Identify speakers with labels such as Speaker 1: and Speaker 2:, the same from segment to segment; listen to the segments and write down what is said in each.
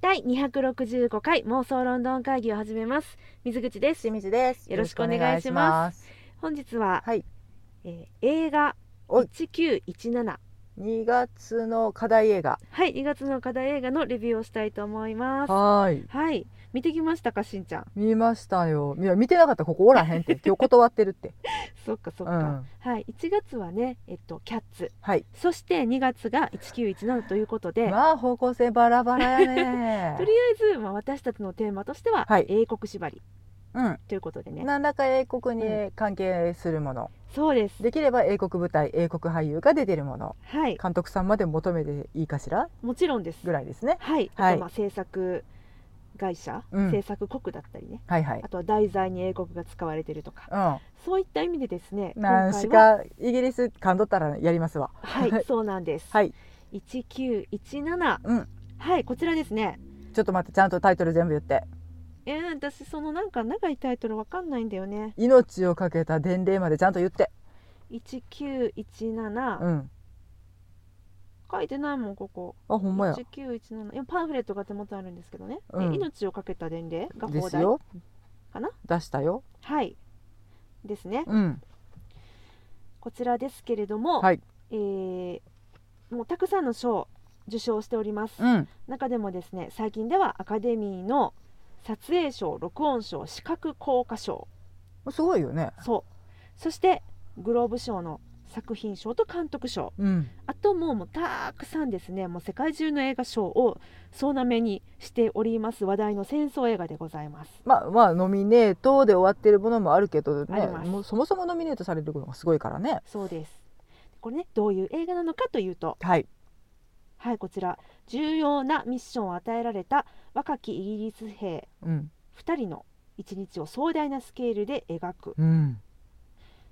Speaker 1: 第265回妄想ロンドン会議を始めます水口です
Speaker 2: 清水です。。
Speaker 1: よろしくお願いします本日は、
Speaker 2: はい、
Speaker 1: えー映画
Speaker 2: お
Speaker 1: 1917
Speaker 2: 2月の課題映画。
Speaker 1: はい2月の課題映画のレビューをしたいと思いますは
Speaker 2: はい。
Speaker 1: い見てきましたかしんちゃん
Speaker 2: 見ましたよ。いや見てなかったらここおらへん って。今日断ってるって。
Speaker 1: そっかそっ
Speaker 2: う
Speaker 1: か、
Speaker 2: ん。
Speaker 1: はい1月はねえっとキャッツ
Speaker 2: はい。
Speaker 1: そして2月が1917ということで、
Speaker 2: まあ方向性バラバラ や
Speaker 1: と
Speaker 2: ね
Speaker 1: り。あえず、まあ、私たちのテーマとしては、
Speaker 2: はい
Speaker 1: 英国縛り
Speaker 2: うん。
Speaker 1: ということでね
Speaker 2: 何らか英国
Speaker 1: う
Speaker 2: に関係するもの、
Speaker 1: そうです
Speaker 2: できれば英国舞台英国俳優が出てるもの
Speaker 1: はい
Speaker 2: 監督さんまで求めていいかしら
Speaker 1: もちろんです
Speaker 2: ぐらいですね
Speaker 1: はい、
Speaker 2: はい
Speaker 1: あとまあ制作会社、
Speaker 2: うん
Speaker 1: 制作国だったりね
Speaker 2: はいはい
Speaker 1: あとは題材に英国が使われてるとか
Speaker 2: う
Speaker 1: そういった意味でですね
Speaker 2: ん何
Speaker 1: 今
Speaker 2: し
Speaker 1: 回は
Speaker 2: かイギリス感どったらやりますわ
Speaker 1: はいそうなんです、
Speaker 2: はい
Speaker 1: 1917
Speaker 2: うん
Speaker 1: はいこちらですね
Speaker 2: ちょっと待ってちゃんとタイトル全部言って
Speaker 1: えー、私そのなんか長いタイトルわかんないんだよね
Speaker 2: 命をかけた伝令までちゃんと言って、
Speaker 1: 1917、
Speaker 2: うん、
Speaker 1: 書いてないもんここ
Speaker 2: あほんまや
Speaker 1: 1917いやパンフレットが手元にあるんですけどね、
Speaker 2: うん
Speaker 1: え命をかけた伝令が
Speaker 2: で
Speaker 1: 放
Speaker 2: す
Speaker 1: 題
Speaker 2: よ
Speaker 1: かな
Speaker 2: 出したよ
Speaker 1: はいですね
Speaker 2: うん
Speaker 1: こちらですけれども、
Speaker 2: はい
Speaker 1: えーもうたくさんの賞を受賞しております、
Speaker 2: うん
Speaker 1: 中でもですね最近ではアカデミーの撮影賞録音賞視覚効果賞
Speaker 2: すごいよね
Speaker 1: そうそしてグローブ賞の作品賞と監督賞
Speaker 2: うん
Speaker 1: あともうもうたくさんですねもう世界中の映画賞を総なめにしております話題の戦争映画でございます
Speaker 2: まあまあノミネートで終わってるものもあるけど
Speaker 1: あ
Speaker 2: ね
Speaker 1: ります
Speaker 2: もうそもそもノミネートされるのがすごいからね
Speaker 1: そうですこれねどういう映画なのかというと
Speaker 2: はい
Speaker 1: はいこちら重要なミッションを与えられた若きイギリス兵
Speaker 2: うん
Speaker 1: 2人の一日を壮大なスケールで描く
Speaker 2: うん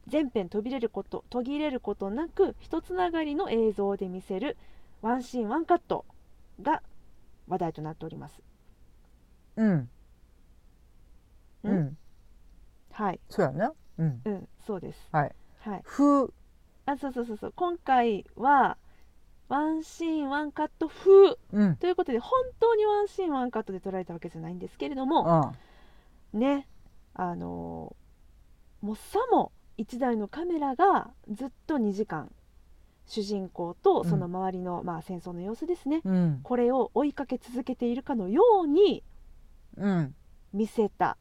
Speaker 1: 全編途切れること途切れることなく一つながりの映像で見せるワンシーンワンカットが話題となっております
Speaker 2: うん
Speaker 1: ん
Speaker 2: うん
Speaker 1: はい
Speaker 2: そうやねうん
Speaker 1: うんそうです
Speaker 2: はい
Speaker 1: はい
Speaker 2: ふ
Speaker 1: あそうそうそうそう今回はワンシーンワンカット風
Speaker 2: うん
Speaker 1: ということで本当にワンシーンワンカットで撮られたわけじゃないんですけれども
Speaker 2: あ
Speaker 1: ねあのーもっさも1台のカメラがずっと2時間主人公とその周りの、まあ、戦争の様子ですね
Speaker 2: うん
Speaker 1: これを追いかけ続けているかのように
Speaker 2: うん
Speaker 1: 見せた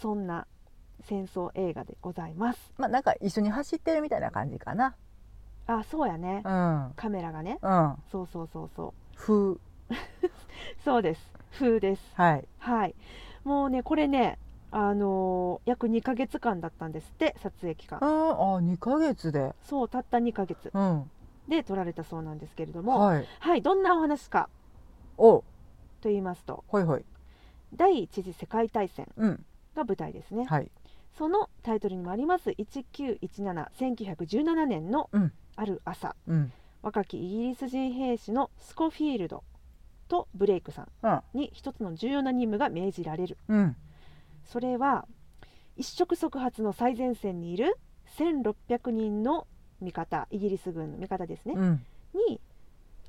Speaker 1: そんな戦争映画でございます
Speaker 2: まあなんか一緒に走ってるみたいな感じかな
Speaker 1: あそうやね
Speaker 2: うん
Speaker 1: カメラがね
Speaker 2: うん
Speaker 1: そうそうそうそう
Speaker 2: ふ
Speaker 1: そうです風です
Speaker 2: はい
Speaker 1: はいもうねこれねあのー約2ヶ月間だったんですって撮影期間
Speaker 2: うんあ二ヶ月で
Speaker 1: そうたった2ヶ月
Speaker 2: うん
Speaker 1: で撮られたそうなんですけれども、はい、
Speaker 2: はい
Speaker 1: どんなお話か
Speaker 2: お
Speaker 1: と言いますと、
Speaker 2: はいはい
Speaker 1: 第一次世界大戦
Speaker 2: うん
Speaker 1: が舞台ですね。
Speaker 2: はい
Speaker 1: そのタイトルにもあります1917、1917年の
Speaker 2: うん
Speaker 1: ある朝、
Speaker 2: うん
Speaker 1: 若きイギリス人兵士のスコフィールドとブレイクさん
Speaker 2: うん
Speaker 1: に一つの重要な任務が命じられる。
Speaker 2: うん
Speaker 1: それは一触即発の最前線にいる1600人の味方、イギリス軍の味方ですね、
Speaker 2: うん
Speaker 1: に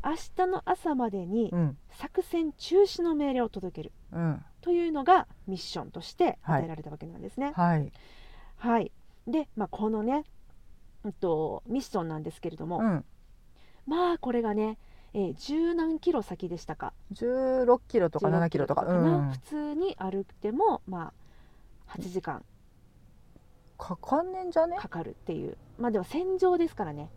Speaker 1: 明日の朝までに
Speaker 2: うん
Speaker 1: 作戦中止の命令を届ける
Speaker 2: うん
Speaker 1: というのがミッションとして
Speaker 2: はい
Speaker 1: 与えられたわけなんですね。
Speaker 2: はい
Speaker 1: はい、で、まあ、このね、うんと、ミッションなんですけれども、
Speaker 2: うん
Speaker 1: まあこれがね、えー、10何キロ先でしたか
Speaker 2: 16キロとか7キロとか
Speaker 1: 16
Speaker 2: うん
Speaker 1: 普通に歩いても、まあ、8時間
Speaker 2: かかんねんじゃね
Speaker 1: かかるっていう、まあでも戦場ですからね、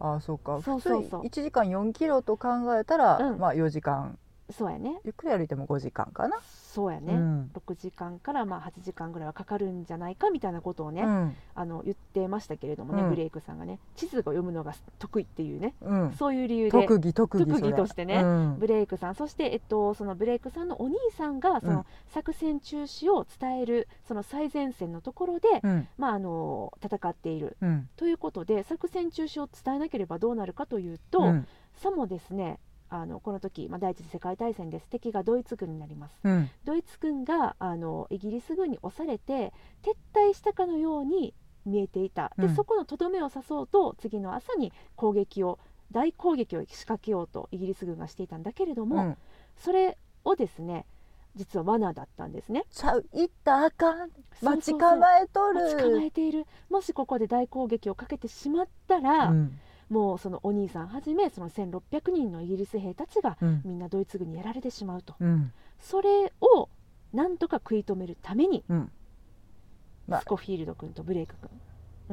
Speaker 2: あそうか
Speaker 1: そう
Speaker 2: 普通
Speaker 1: そう
Speaker 2: に
Speaker 1: そう
Speaker 2: 1時間4キロと考えたら
Speaker 1: うん
Speaker 2: まあ4時間
Speaker 1: そうやね、
Speaker 2: ゆっくり歩いても5時間かな
Speaker 1: そうや
Speaker 2: う
Speaker 1: ね、
Speaker 2: ん
Speaker 1: 6時間からまあ8時間ぐらいはかかるんじゃないかみたいなことをね、
Speaker 2: うん
Speaker 1: あの言ってましたけれどもね、
Speaker 2: うん
Speaker 1: ブレイクさんがね地図を読むのが得意っていうね、
Speaker 2: うん
Speaker 1: そういう理由で
Speaker 2: 特技特技
Speaker 1: 特技
Speaker 2: それ
Speaker 1: としてね
Speaker 2: うん
Speaker 1: ブレイクさんそして、えっと、そのブレイクさんのお兄さんがその、
Speaker 2: うん
Speaker 1: 作戦中止を伝えるその最前線のところで、
Speaker 2: うん
Speaker 1: まあ、あの戦っている
Speaker 2: うん
Speaker 1: ということで作戦中止を伝えなければどうなるかというと、
Speaker 2: うん
Speaker 1: さもですねあのこの時、まあ、第一次世界大戦です敵がドイツ軍になります
Speaker 2: うん
Speaker 1: ドイツ軍があのイギリス軍に押されて撤退したかのように見えていたで、
Speaker 2: うん
Speaker 1: そこのとどめを刺そうと次の朝に攻撃を大攻撃を仕掛けようとイギリス軍がしていたんだけれども、
Speaker 2: うん
Speaker 1: それをですね実は罠だったんですね
Speaker 2: ちゃう行ったらあかん待ち
Speaker 1: そうそうそう
Speaker 2: 構えと
Speaker 1: 待
Speaker 2: る
Speaker 1: ち構えているもしここで大攻撃をかけてしまったら、
Speaker 2: うん
Speaker 1: もうそのお兄さんはじめその1600人のイギリス兵たちが
Speaker 2: うん
Speaker 1: みんなドイツ軍にやられてしまうと
Speaker 2: うん
Speaker 1: それをなんとか食い止めるために、
Speaker 2: うんまあ
Speaker 1: スコフィールド君とブレイク君、うん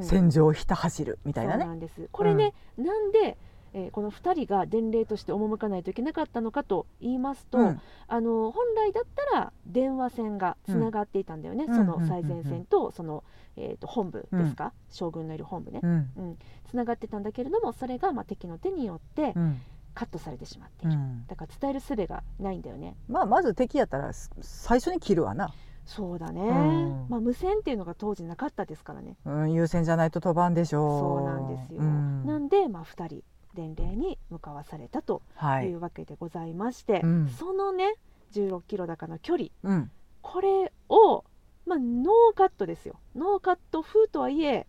Speaker 2: 戦場をひた走るみたいな
Speaker 1: そう
Speaker 2: ね
Speaker 1: なんですこれね、なんで、えーこの2人が伝令として赴かないといけなかったのかと言いますと、
Speaker 2: うん
Speaker 1: あの本来だったら電話線がつながっていたんだよね、
Speaker 2: うん
Speaker 1: そ
Speaker 2: うん
Speaker 1: の
Speaker 2: うん
Speaker 1: 最前線とその、えー、と本部ですか、将軍のいる本部ね
Speaker 2: うん
Speaker 1: つながってたんだけれどもそれがまあ敵の手によって
Speaker 2: うん
Speaker 1: カットされてしまっていうる、
Speaker 2: ん
Speaker 1: だから伝える術がないんだよね
Speaker 2: まあまず敵やったらす最初に切るわな、
Speaker 1: そうだね、
Speaker 2: うん
Speaker 1: まあ、無線っていうのが当時なかったですからね
Speaker 2: うん、優先じゃないと飛ばんでしょ
Speaker 1: そううなんですよ、
Speaker 2: うん
Speaker 1: なんで、まあ、2人伝令に向かわされたと
Speaker 2: はいいう
Speaker 1: わけでございまして、
Speaker 2: うん
Speaker 1: そのね16キロ高の距離
Speaker 2: うん
Speaker 1: これを、まあ、ノーカットですよノーカット風とはいえ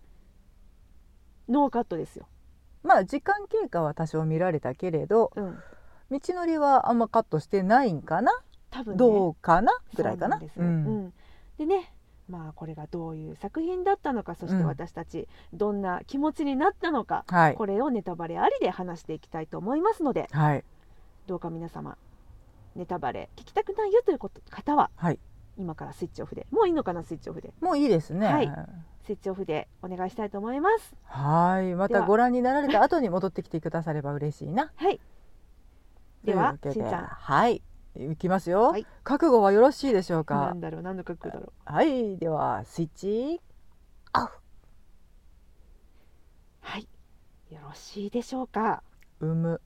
Speaker 1: ノーカットですよ、
Speaker 2: まあ時間経過は多少見られたけれど
Speaker 1: うん、
Speaker 2: 道のりはあんまカットしてないんかな、
Speaker 1: 多分ね
Speaker 2: どうかな
Speaker 1: そ
Speaker 2: ぐ
Speaker 1: うな
Speaker 2: ら
Speaker 1: ん
Speaker 2: いかな
Speaker 1: です、
Speaker 2: うん
Speaker 1: うんでねまあこれがどういう作品だったのかそして
Speaker 2: うん
Speaker 1: 私たちどんな気持ちになったのか、
Speaker 2: はい
Speaker 1: これをネタバレありで話していきたいと思いますので
Speaker 2: はい
Speaker 1: どうか皆様ネタバレ聞きたくないよということ方は
Speaker 2: はい
Speaker 1: 今からスイッチオフでもういいのかなスイッチオフで
Speaker 2: もういいですね
Speaker 1: はいスイッチオフでお願いしたいと思います
Speaker 2: はいま
Speaker 1: で
Speaker 2: た
Speaker 1: は
Speaker 2: ご覧になられた後に戻ってきてくだされば嬉しいな
Speaker 1: はい では
Speaker 2: というわけ
Speaker 1: しんちゃん
Speaker 2: はいいきますよ、
Speaker 1: はい
Speaker 2: 覚悟はよろしいでしょう
Speaker 1: な
Speaker 2: か
Speaker 1: んだろう何の格好だろう
Speaker 2: はいではスイッチオフ
Speaker 1: はいよろしいでしょうか
Speaker 2: 産む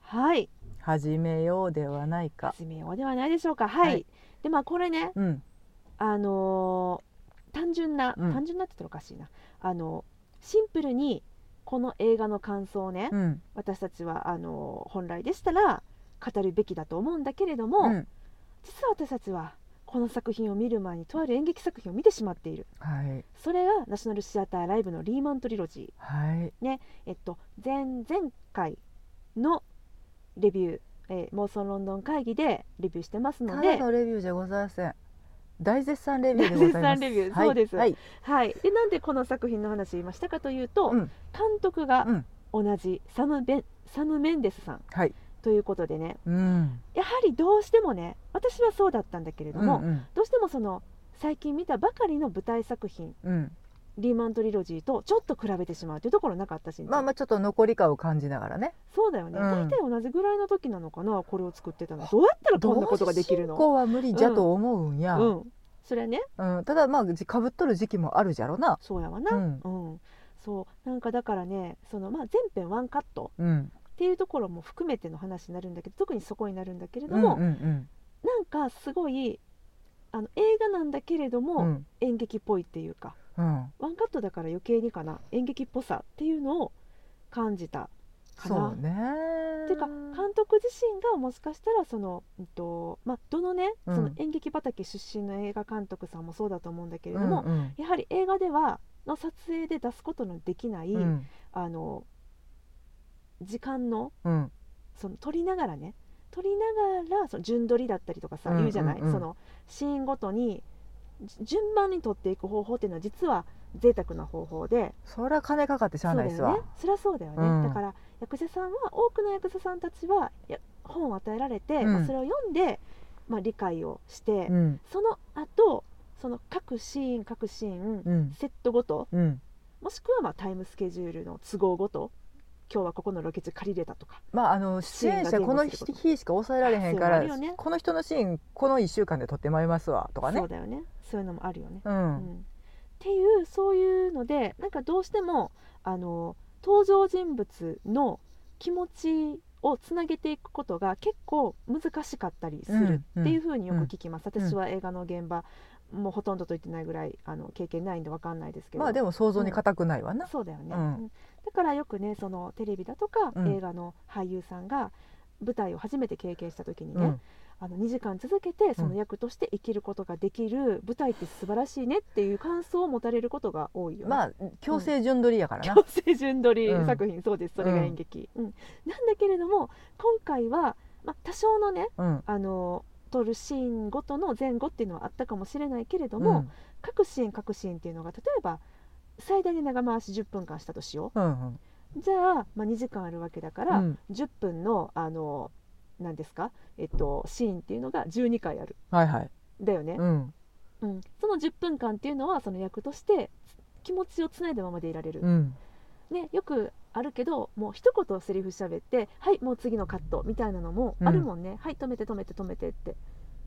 Speaker 1: はい
Speaker 2: 始めようではないか
Speaker 1: 始めようではないでしょうかはい、
Speaker 2: はい
Speaker 1: でまあこれね
Speaker 2: うん
Speaker 1: あのー単純な、
Speaker 2: うん
Speaker 1: 単純なって言ったらおかしいなあのシンプルにこの映画の感想をね、
Speaker 2: うん
Speaker 1: 私たちはあのー本来でしたら語るべきだと思うんだけれども、
Speaker 2: うん
Speaker 1: 実は私たちはこの作品を見る前にとある演劇作品を見てしまっている
Speaker 2: はい
Speaker 1: それがナショナルシアターライブのリーマントリロジ
Speaker 2: はい
Speaker 1: ー、えっと、前々回のレビュー、えー妄想ロンドン会議でレビューしてますの
Speaker 2: た
Speaker 1: で
Speaker 2: だのレビューじゃございません大絶賛レビューで
Speaker 1: 大
Speaker 2: ご
Speaker 1: 絶
Speaker 2: ざいます
Speaker 1: 賛レビュー
Speaker 2: はい
Speaker 1: そうです
Speaker 2: はい
Speaker 1: はい、でなんでこの作品の話を今したかというと、
Speaker 2: うん
Speaker 1: 監督が
Speaker 2: うん
Speaker 1: 同じサムベン・サムメンデスさん
Speaker 2: はい
Speaker 1: ということでね
Speaker 2: うん
Speaker 1: やはりどうしてもね私はそうだったんだけれども、
Speaker 2: うん
Speaker 1: どうしてもその最近見たばかりの舞台作品
Speaker 2: うんうん
Speaker 1: リーマントリロジーとちょっと比べてしまうというところなかったしんちゃん
Speaker 2: まあまあちょっと残り感を感じながらね
Speaker 1: そうだよね、
Speaker 2: うん
Speaker 1: 大体同じぐらいの時なのかなこれを作ってたのどうやったらこんなことができる
Speaker 2: 同時
Speaker 1: の
Speaker 2: 進行は無理じゃと思うんや、
Speaker 1: う
Speaker 2: うん
Speaker 1: んそれはね
Speaker 2: ただまあじかぶっとる時期もあるじゃろな
Speaker 1: そうやわな
Speaker 2: う
Speaker 1: うん
Speaker 2: ん、
Speaker 1: そうなんかだからねその、まあ、全編ワンカット
Speaker 2: うん
Speaker 1: っていうところも含めての話になるんだけど特にそこになるんだけれど
Speaker 2: うん
Speaker 1: も、
Speaker 2: うん
Speaker 1: なんかすごいあの映画なんだけれど
Speaker 2: う
Speaker 1: も、
Speaker 2: んうん
Speaker 1: 演劇っぽいっていうか
Speaker 2: うん
Speaker 1: ワンカットだから余計にかな演劇っぽさっていうのを感じたかな。
Speaker 2: そうね
Speaker 1: っていうか監督自身がもしかしたらその、うんとまあ、どのね、
Speaker 2: うん
Speaker 1: その演劇畑出身の映画監督さんもそうだと思うんだけれ
Speaker 2: う
Speaker 1: ど
Speaker 2: ん
Speaker 1: も、
Speaker 2: うん
Speaker 1: やはり映画ではの撮影で出すことのできない、
Speaker 2: うん
Speaker 1: あの時間の
Speaker 2: うん
Speaker 1: その撮りながらね撮りながらその順撮りだったりとかさ
Speaker 2: うん
Speaker 1: 言うじゃない、
Speaker 2: うんうん
Speaker 1: そのシーンごとにじ順番に撮っていく方法っていうのは実は贅沢な方法で
Speaker 2: そりゃ金かかってし
Speaker 1: そ
Speaker 2: ゃあ
Speaker 1: う
Speaker 2: な
Speaker 1: だよ
Speaker 2: いですわ
Speaker 1: ねそりゃそうだよね、
Speaker 2: うん
Speaker 1: だから役者さんは多くの役者さんたちはいや本を与えられて、
Speaker 2: うん
Speaker 1: まあそれを読んで、まあ、理解をして、
Speaker 2: うん
Speaker 1: その後その各シーン各シーン、
Speaker 2: うん
Speaker 1: セットごと
Speaker 2: うん
Speaker 1: もしくはまあタイムスケジュールの都合ごと今日はここのロケ地借りれたとか
Speaker 2: まああの出演者この
Speaker 1: シーンが出るってこと
Speaker 2: 日しか抑えられへんか
Speaker 1: そう
Speaker 2: ら
Speaker 1: あるよね
Speaker 2: この人のシーンこの1週間で撮ってまいりますわとかね
Speaker 1: そうだよねそういうのもあるよね
Speaker 2: う
Speaker 1: うんんっていうそういうのでなんかどうしてもあの登場人物の気持ちをつなげていくことが結構難しかったりする
Speaker 2: うん
Speaker 1: っていうふうによく聞きます、
Speaker 2: ん
Speaker 1: 私は映画の現場もうほとんどと言ってないぐらいあの経験ないんでわかんないですけど、
Speaker 2: まあでも想像に難くないわな
Speaker 1: そうだよね、
Speaker 2: うん
Speaker 1: うんだからよくねそのテレビだとか、
Speaker 2: うん
Speaker 1: 映画の俳優さんが舞台を初めて経験した時にね、
Speaker 2: うん
Speaker 1: あの2時間続けてその役として生きることができる舞台って素晴らしいねっていう感想を持たれることが多いよね。
Speaker 2: まあ強制順取りやからな
Speaker 1: 強制順取り
Speaker 2: うん
Speaker 1: 作品、そうですそれが演劇、うんなんだけれども今回は、まあ、多少のね
Speaker 2: うん
Speaker 1: あの撮るシーンごとの前後っていうのはあったかもしれないけれども、各シーン各シーンっていうのが例えば最大で長回し10分間したとしよ
Speaker 2: うんうん
Speaker 1: うじゃあ、まあ、2時間あるわけだか
Speaker 2: う
Speaker 1: ら、
Speaker 2: ん、
Speaker 1: 10分のあの何ですか、えっと、シーンっていうのが12回ある
Speaker 2: はいはい、
Speaker 1: だよね、
Speaker 2: うん
Speaker 1: うんその10分間っていうのはその役として気持ちをつないだままでいられる、
Speaker 2: うん、
Speaker 1: ね、よくあるけどもう一言セリフ喋って「はいもう次のカット」みたいなのもあるもんね「はい止めて止めて止めて」って。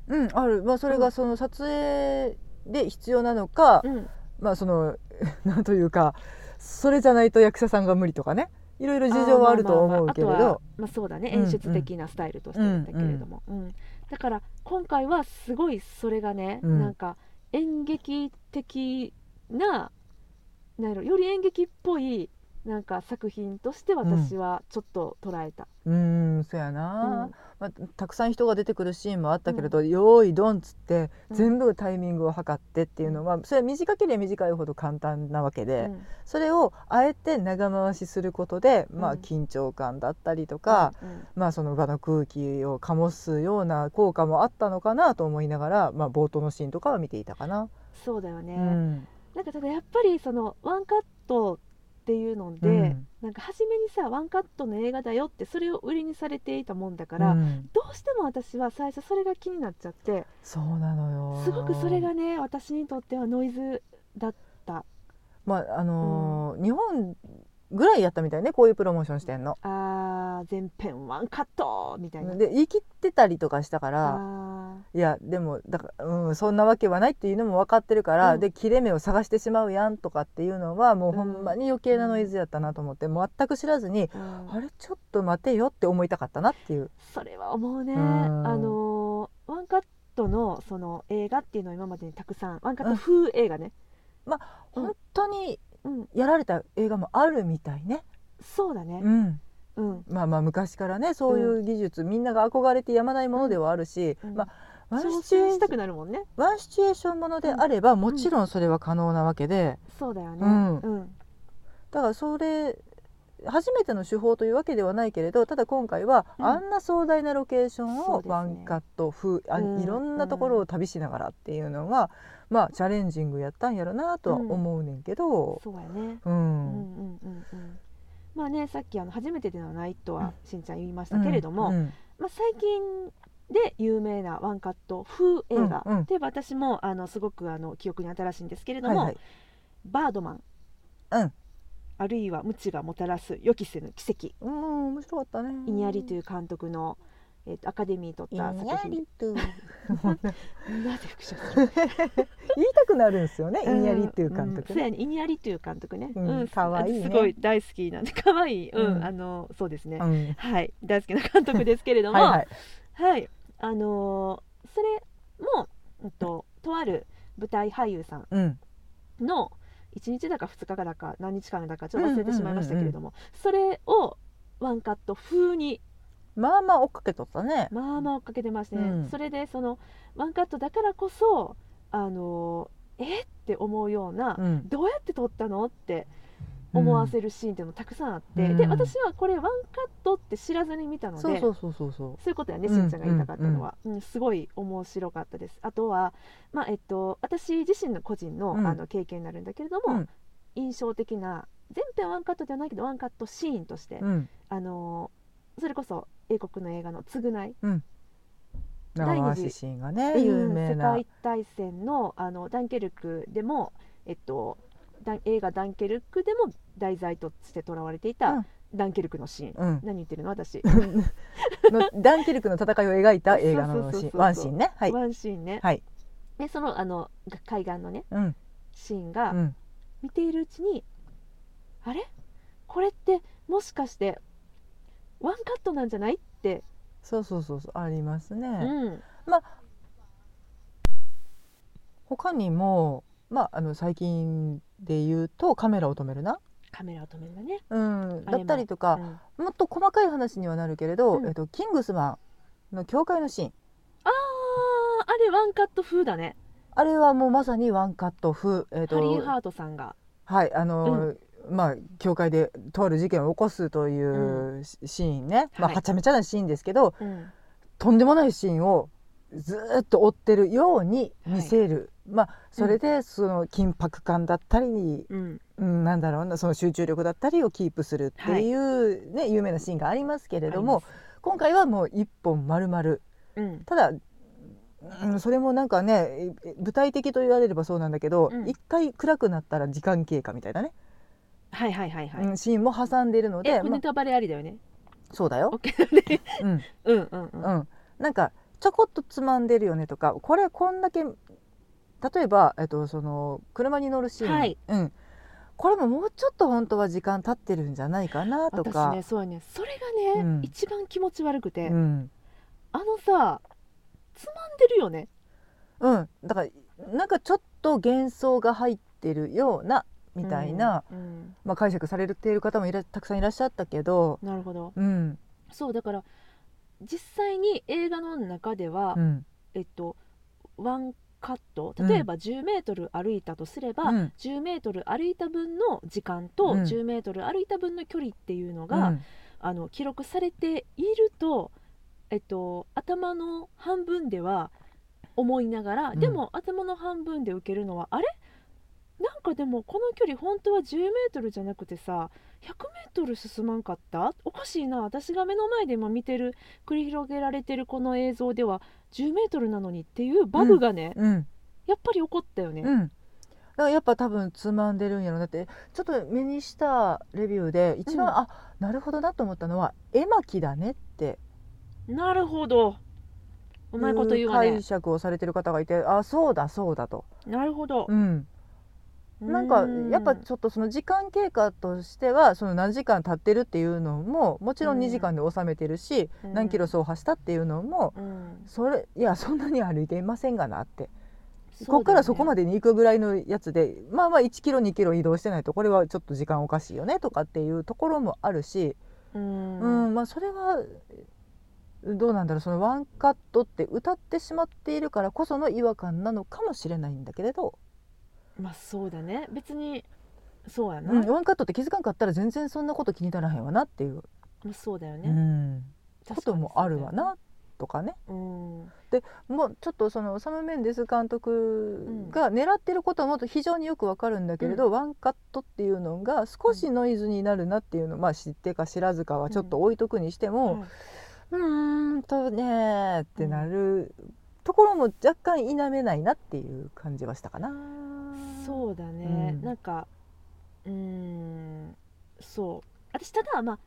Speaker 2: うん、ある、まあ、それがその撮影で必要なのか、
Speaker 1: うん
Speaker 2: まあその なんというかそれじゃないと役者さんが無理とかねいろいろ事情はあると思うけれ
Speaker 1: あまあまあまああとは
Speaker 2: ど、
Speaker 1: まあ、そうだね
Speaker 2: うん
Speaker 1: 演出的なスタイルとしてだけれども、うんだから今回はすごいそれがね、
Speaker 2: うん
Speaker 1: なんか演劇的ななんやろより演劇っぽいなんか作品として私はちょっと捉えた。
Speaker 2: うーんそうやな、まあ、たくさん人が出てくるシーンもあったけれど「用意ドン」っつって
Speaker 1: うん
Speaker 2: 全部タイミングを測ってっていうのは、それは短ければ短いほど簡単なわけ
Speaker 1: うん
Speaker 2: で、
Speaker 1: うん
Speaker 2: それをあえて長回しすることで、まあ、
Speaker 1: うん
Speaker 2: 緊張感だったりとか、
Speaker 1: うん
Speaker 2: まあ、その場の空気を醸すような効果もあったのかなと思いながら、まあ、冒頭のシーンとかは見ていたかな。
Speaker 1: そうだよね、
Speaker 2: うん
Speaker 1: なんかただやっぱりそのワンカットっていうので、
Speaker 2: うん
Speaker 1: なんか初めにさワンカットの映画だよってそれを売りにされていたもんだから、
Speaker 2: うん
Speaker 1: どうしても私は最初それが気になっちゃって
Speaker 2: そうなのよ
Speaker 1: すごくそれがね私にとってはノイズだ
Speaker 2: まああのー日本ぐらいやったみたいねこういうプロモーションしてんの。
Speaker 1: あー全編ワンカットみたいな。
Speaker 2: で言い切ってたりとかしたから
Speaker 1: あ
Speaker 2: いやでもだから、うん、そんなわけはないっていうのも分かってるから、
Speaker 1: うん
Speaker 2: で切れ目を探してしまうやんとかっていうのはもうほんまに余計なノイズやったなと思って、もう全く知らずに、
Speaker 1: ーうん
Speaker 2: あれちょっと待てよって思いたかったなっていう。
Speaker 1: それは思うね、
Speaker 2: うん
Speaker 1: あのーワンカットのその映画っていうのを今までにたくさんワンカット風映画ね、うん
Speaker 2: 本当に
Speaker 1: うん、
Speaker 2: やられた映画もあるみたいね。
Speaker 1: そうだね
Speaker 2: う、ん、
Speaker 1: うん
Speaker 2: まあまあ昔からねそういう技術、みんなが憧れてやまないものではあるし、
Speaker 1: うん
Speaker 2: まあワン
Speaker 1: 挑
Speaker 2: シチュ
Speaker 1: 戦
Speaker 2: エー
Speaker 1: し
Speaker 2: シ
Speaker 1: たく
Speaker 2: ョン
Speaker 1: なるもんね
Speaker 2: ワンシチュエーションものであれば、もちろんそれは可能なわけで。
Speaker 1: そうだよね、
Speaker 2: うん
Speaker 1: うん
Speaker 2: だからそれ初めての手法というわけではないけれどただ今回は
Speaker 1: うん
Speaker 2: あんな壮大なロケーション
Speaker 1: そう
Speaker 2: を
Speaker 1: ですね
Speaker 2: ワンカット風、あ
Speaker 1: うん
Speaker 2: いろんなところを旅しながらっていうのは、まあチャレンジングやったんやろなとは思うねんけど、
Speaker 1: そうやね
Speaker 2: う
Speaker 1: うん
Speaker 2: ん
Speaker 1: うんうんうんまあねさっきあの初めてではないとはしんちゃん言いましたけれども、
Speaker 2: うん
Speaker 1: まあ、最近で有名なワンカット風映画、
Speaker 2: うんうん
Speaker 1: で私もあのすごくあの記憶に新しいんですけれど
Speaker 2: はい
Speaker 1: も、
Speaker 2: はい、
Speaker 1: バードマン、
Speaker 2: うん
Speaker 1: あるいは無知がもたらす予期せぬ奇跡
Speaker 2: うん面白かったね。
Speaker 1: イニアリと
Speaker 2: いう
Speaker 1: いう監督の、えっとアカデミー取
Speaker 2: イ
Speaker 1: った
Speaker 2: ニ
Speaker 1: 作
Speaker 2: ア
Speaker 1: 品
Speaker 2: リトゥ
Speaker 1: なぜ復唱する
Speaker 2: 言いたくなるんですよね、 イニアリという監
Speaker 1: うん
Speaker 2: 督
Speaker 1: そう
Speaker 2: ね。
Speaker 1: やねイニアリという監督ね、
Speaker 2: うん可愛いね
Speaker 1: すごい大好きなんで可愛いうん、
Speaker 2: うん
Speaker 1: あのそうですね、
Speaker 2: うん
Speaker 1: はい大好きな監督ですけれども
Speaker 2: はいはい。
Speaker 1: はい、あのーそれも、うんと、とある舞台俳優さん
Speaker 2: うん
Speaker 1: の1日だか2日かだか何日間だかちょっと忘れてしまいましたけれども、それをワンカット風に
Speaker 2: まあまあ追っかけとったね。
Speaker 1: まあまあ追っかけてますね、
Speaker 2: うん
Speaker 1: それでそのワンカットだからこそ、あのーえって思うような、
Speaker 2: うん
Speaker 1: どうやって撮ったのって思わせるシーンっていうのもたくさんあって、
Speaker 2: うん
Speaker 1: で私はこれワンカットって知らずに見たので
Speaker 2: そうそうそうそうそう。
Speaker 1: そういうことやね、
Speaker 2: うん
Speaker 1: しんちゃんが言いたかったのは、うんすごい面白かったです。あとは、まあえっと、私自身の個人の,、
Speaker 2: うん
Speaker 1: あの経験になるんだけれども、
Speaker 2: うん
Speaker 1: 印象的な全編ワンカットではないけどワンカットシーンとして、
Speaker 2: うん
Speaker 1: あのーそれこそ英国の映画の「償い
Speaker 2: 長回しシーンが」ね有
Speaker 1: うん
Speaker 2: 名
Speaker 1: 世
Speaker 2: な。
Speaker 1: 界大戦のあのダンケルクでも、えっと、ダン映画「ダンケルク」でも題材としてとらわれていた、
Speaker 2: うん
Speaker 1: ダンケルクのシーン。
Speaker 2: うん、
Speaker 1: 何言ってるの私、
Speaker 2: のダンケルクの戦いを描いた映画 の
Speaker 1: そう
Speaker 2: シ
Speaker 1: そうそう
Speaker 2: ー
Speaker 1: そ
Speaker 2: ン
Speaker 1: う
Speaker 2: ワンシーンねはい、
Speaker 1: ワンシーンね、
Speaker 2: はい
Speaker 1: でそのあの海岸のね
Speaker 2: うん
Speaker 1: シーンが、
Speaker 2: うん、
Speaker 1: 見ているうちにあれこれってもしかしてワンカットなんじゃないって、
Speaker 2: そうそうそうそうあります
Speaker 1: う
Speaker 2: ね、
Speaker 1: ん、
Speaker 2: 他にもまああの最近で言うと「カメラを止めるな」
Speaker 1: カメラを止めるんだね。
Speaker 2: うん、
Speaker 1: あ
Speaker 2: だ
Speaker 1: れも
Speaker 2: ったりとか、
Speaker 1: うん
Speaker 2: もっと細かい話にはなるけれど、
Speaker 1: うん
Speaker 2: えっと、キングスマンの教会のシーン
Speaker 1: あーあれワンカット風だね、
Speaker 2: あれはもうまさにワンカット風、えっと
Speaker 1: ハリー・ハートさんが。
Speaker 2: はいあのーまあ、教会でとある事件を起こすというシシーンね、まあ、
Speaker 1: はい
Speaker 2: はちゃめちゃなシーンですけど、
Speaker 1: うん
Speaker 2: とんでもないシーンをずーっと追ってるように見せる、まあそれでその緊迫感だったりに、
Speaker 1: うん
Speaker 2: うん、なんだろうなその集中力だったりをキープするっていう、ね有名なシーンがありますけれども今回はもう一本丸々
Speaker 1: うん
Speaker 2: ただ、うん、それもなんかねえ具体的と言われればそうなんだけど
Speaker 1: うん
Speaker 2: 一、回暗くなったら時間経過みたいなね、
Speaker 1: はいはいはいはい、
Speaker 2: うん、シーンも挟んでいるの
Speaker 1: え
Speaker 2: で、
Speaker 1: これ
Speaker 2: ま
Speaker 1: ネタバレありだよね
Speaker 2: あそうだよ、
Speaker 1: OK
Speaker 2: うん
Speaker 1: うんうんうん
Speaker 2: うん、なんかちょこっとつまんでるよねとかこれこんだけ例えば、えっと、その車に乗るシーン、
Speaker 1: はい
Speaker 2: うん、これももうちょっと本当は時間経ってるんじゃないかなとか。
Speaker 1: 私ねそうやねそれがね、
Speaker 2: うん
Speaker 1: 一番気持ち悪くて、
Speaker 2: うん
Speaker 1: あのさつまんでるよね
Speaker 2: うん、だからなんかちょっと幻想が入ってるようなみたいな、、
Speaker 1: うんうん
Speaker 2: まあ、解釈されている方もいらたくさんいらっしゃったけど、
Speaker 1: なるほど
Speaker 2: うん
Speaker 1: そうだから実際に映画の中では、
Speaker 2: うん
Speaker 1: えっとワンカット例えば1 0ル歩いたとすれば、
Speaker 2: うん
Speaker 1: 10メートル歩いた分の時間と
Speaker 2: うん
Speaker 1: 10メートル歩いた分の距離っていうのが、
Speaker 2: うん
Speaker 1: あの記録されていると、えっと、頭の半分では思いながら、
Speaker 2: うん
Speaker 1: でも頭の半分で受けるのはあれなんかでもこの距離本当は10メートルじゃなくてさ100メートル進まんかったおかしいな私が目の前で今見てる繰り広げられてるこの映像では10メートルなのにっていうバグがね、
Speaker 2: うん
Speaker 1: やっぱり起こったよね。
Speaker 2: うんだからやっぱ多分つまんでるんやろなってちょっと目にしたレビューで一番、
Speaker 1: うん
Speaker 2: あなるほどなと思ったのは絵巻だねって
Speaker 1: なるほどう
Speaker 2: う
Speaker 1: まいこと言うわね
Speaker 2: 解釈をされてる方がいてあそうだそうだと、
Speaker 1: なるほど
Speaker 2: うん、なんかやっぱちょっとその時間経過としてはその何時間経ってるっていうのももちろん2時間で収めてるし、
Speaker 1: うん
Speaker 2: 何キロ走破したっていうのも、
Speaker 1: うん
Speaker 2: それいやそんなに歩いていませんがなって
Speaker 1: そうだよね
Speaker 2: ここからそこまでに行くぐらいのやつでまあまあ1キロ2キロ移動してないとこれはちょっと時間おかしいよねとかっていうところもあるし、
Speaker 1: う
Speaker 2: うんんまあ、それはどうなんだろうそのワンカットって歌ってしまっているからこその違和感なのかもしれないんだけれど、
Speaker 1: まあそうだね別にそうやな、
Speaker 2: うん
Speaker 1: ま
Speaker 2: ワンカットって気づかんかったら全然そんなこと気にならへんわなっていう、
Speaker 1: あそうだよ
Speaker 2: う
Speaker 1: ね、
Speaker 2: ん、こ
Speaker 1: 確か
Speaker 2: と
Speaker 1: に
Speaker 2: もあるわなとかね。
Speaker 1: そう
Speaker 2: もうちょっとそのサム・メンデス監督が狙ってることはもっと非常によくわかるんだけれど、ワンカットっていうのが少しノイズになるなっていうの、まあ知ってか知らずかはちょっと置いとくにして
Speaker 1: だよ
Speaker 2: も
Speaker 1: ね、
Speaker 2: うーんとねーってなるところも若干否めないなっていう感じはしたかな。
Speaker 1: うんそうだね、
Speaker 2: うん
Speaker 1: なんかうんそう私ただま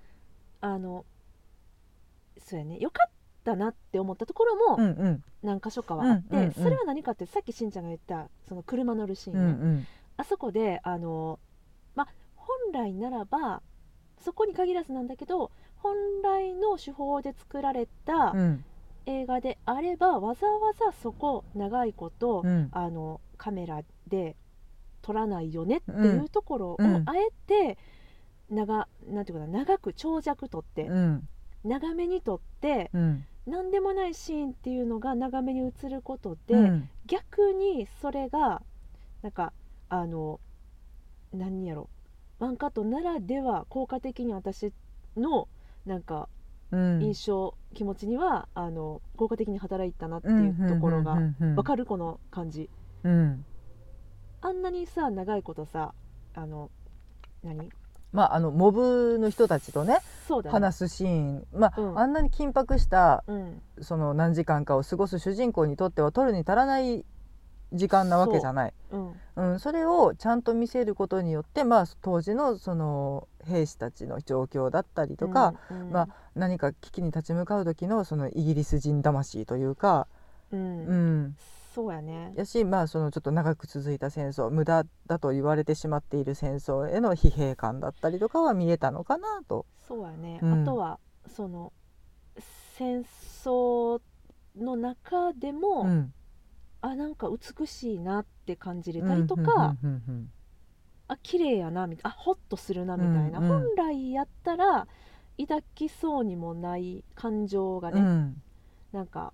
Speaker 1: ああのそうやねよかったなって思ったところも
Speaker 2: んうん
Speaker 1: 何箇所かはあって、
Speaker 2: うんうんうん
Speaker 1: それは何かってさっきしんちゃんが言ったその車乗るシーン
Speaker 2: う
Speaker 1: ね、
Speaker 2: んうん
Speaker 1: あそこであの、ま、本来ならばそこに限らずなんだけど本来の手法で作られた
Speaker 2: うん
Speaker 1: 映画であれば、わざわざそこ長いこと、
Speaker 2: うん
Speaker 1: あのカメラで撮らないよねっていうところを、
Speaker 2: うん
Speaker 1: あえて長なんていうかな長く長尺撮って、
Speaker 2: うん
Speaker 1: 長めに撮って
Speaker 2: うん
Speaker 1: 何でもないシーンっていうのが長めに映ることで、
Speaker 2: うん
Speaker 1: 逆にそれがなんかあの何やろワンカットならでは効果的に私のなんか
Speaker 2: うん
Speaker 1: 印象、気持ちにはあの効果的に働いたなっていうところがわか
Speaker 2: る。
Speaker 1: るこの感じ
Speaker 2: うん
Speaker 1: あんなにさ長いことさあの何
Speaker 2: まああのモブの人たちとね
Speaker 1: そうだね
Speaker 2: 話すシーン、まあ
Speaker 1: うん
Speaker 2: あんなに緊迫した
Speaker 1: うん
Speaker 2: その何時間かを過ごす主人公にとっては取るに足らない時間なわけじゃない。
Speaker 1: うん
Speaker 2: うん、それをちゃんと見せることによって、まあ、当時のその兵士たちの状況だったりとか、、
Speaker 1: うんうん
Speaker 2: まあ、何か危機に立ち向かう時のそのイギリス人魂というか、
Speaker 1: うん
Speaker 2: うん、
Speaker 1: そうやね
Speaker 2: やし、まあ、そのちょっと長く続いた戦争無駄だと言われてしまっている戦争への疲弊感だったりとかは見えたのかなと。
Speaker 1: そうやね、
Speaker 2: うん
Speaker 1: あとはその戦争の中でも、
Speaker 2: うん
Speaker 1: あなんか美しいなって感じれたりとか、
Speaker 2: うんうんうん
Speaker 1: あ綺麗やなみたいなあホッとするなみたいな、
Speaker 2: うんうん
Speaker 1: 本来やったら抱きそうにもない感情が
Speaker 2: う
Speaker 1: ね、
Speaker 2: んうん
Speaker 1: なんか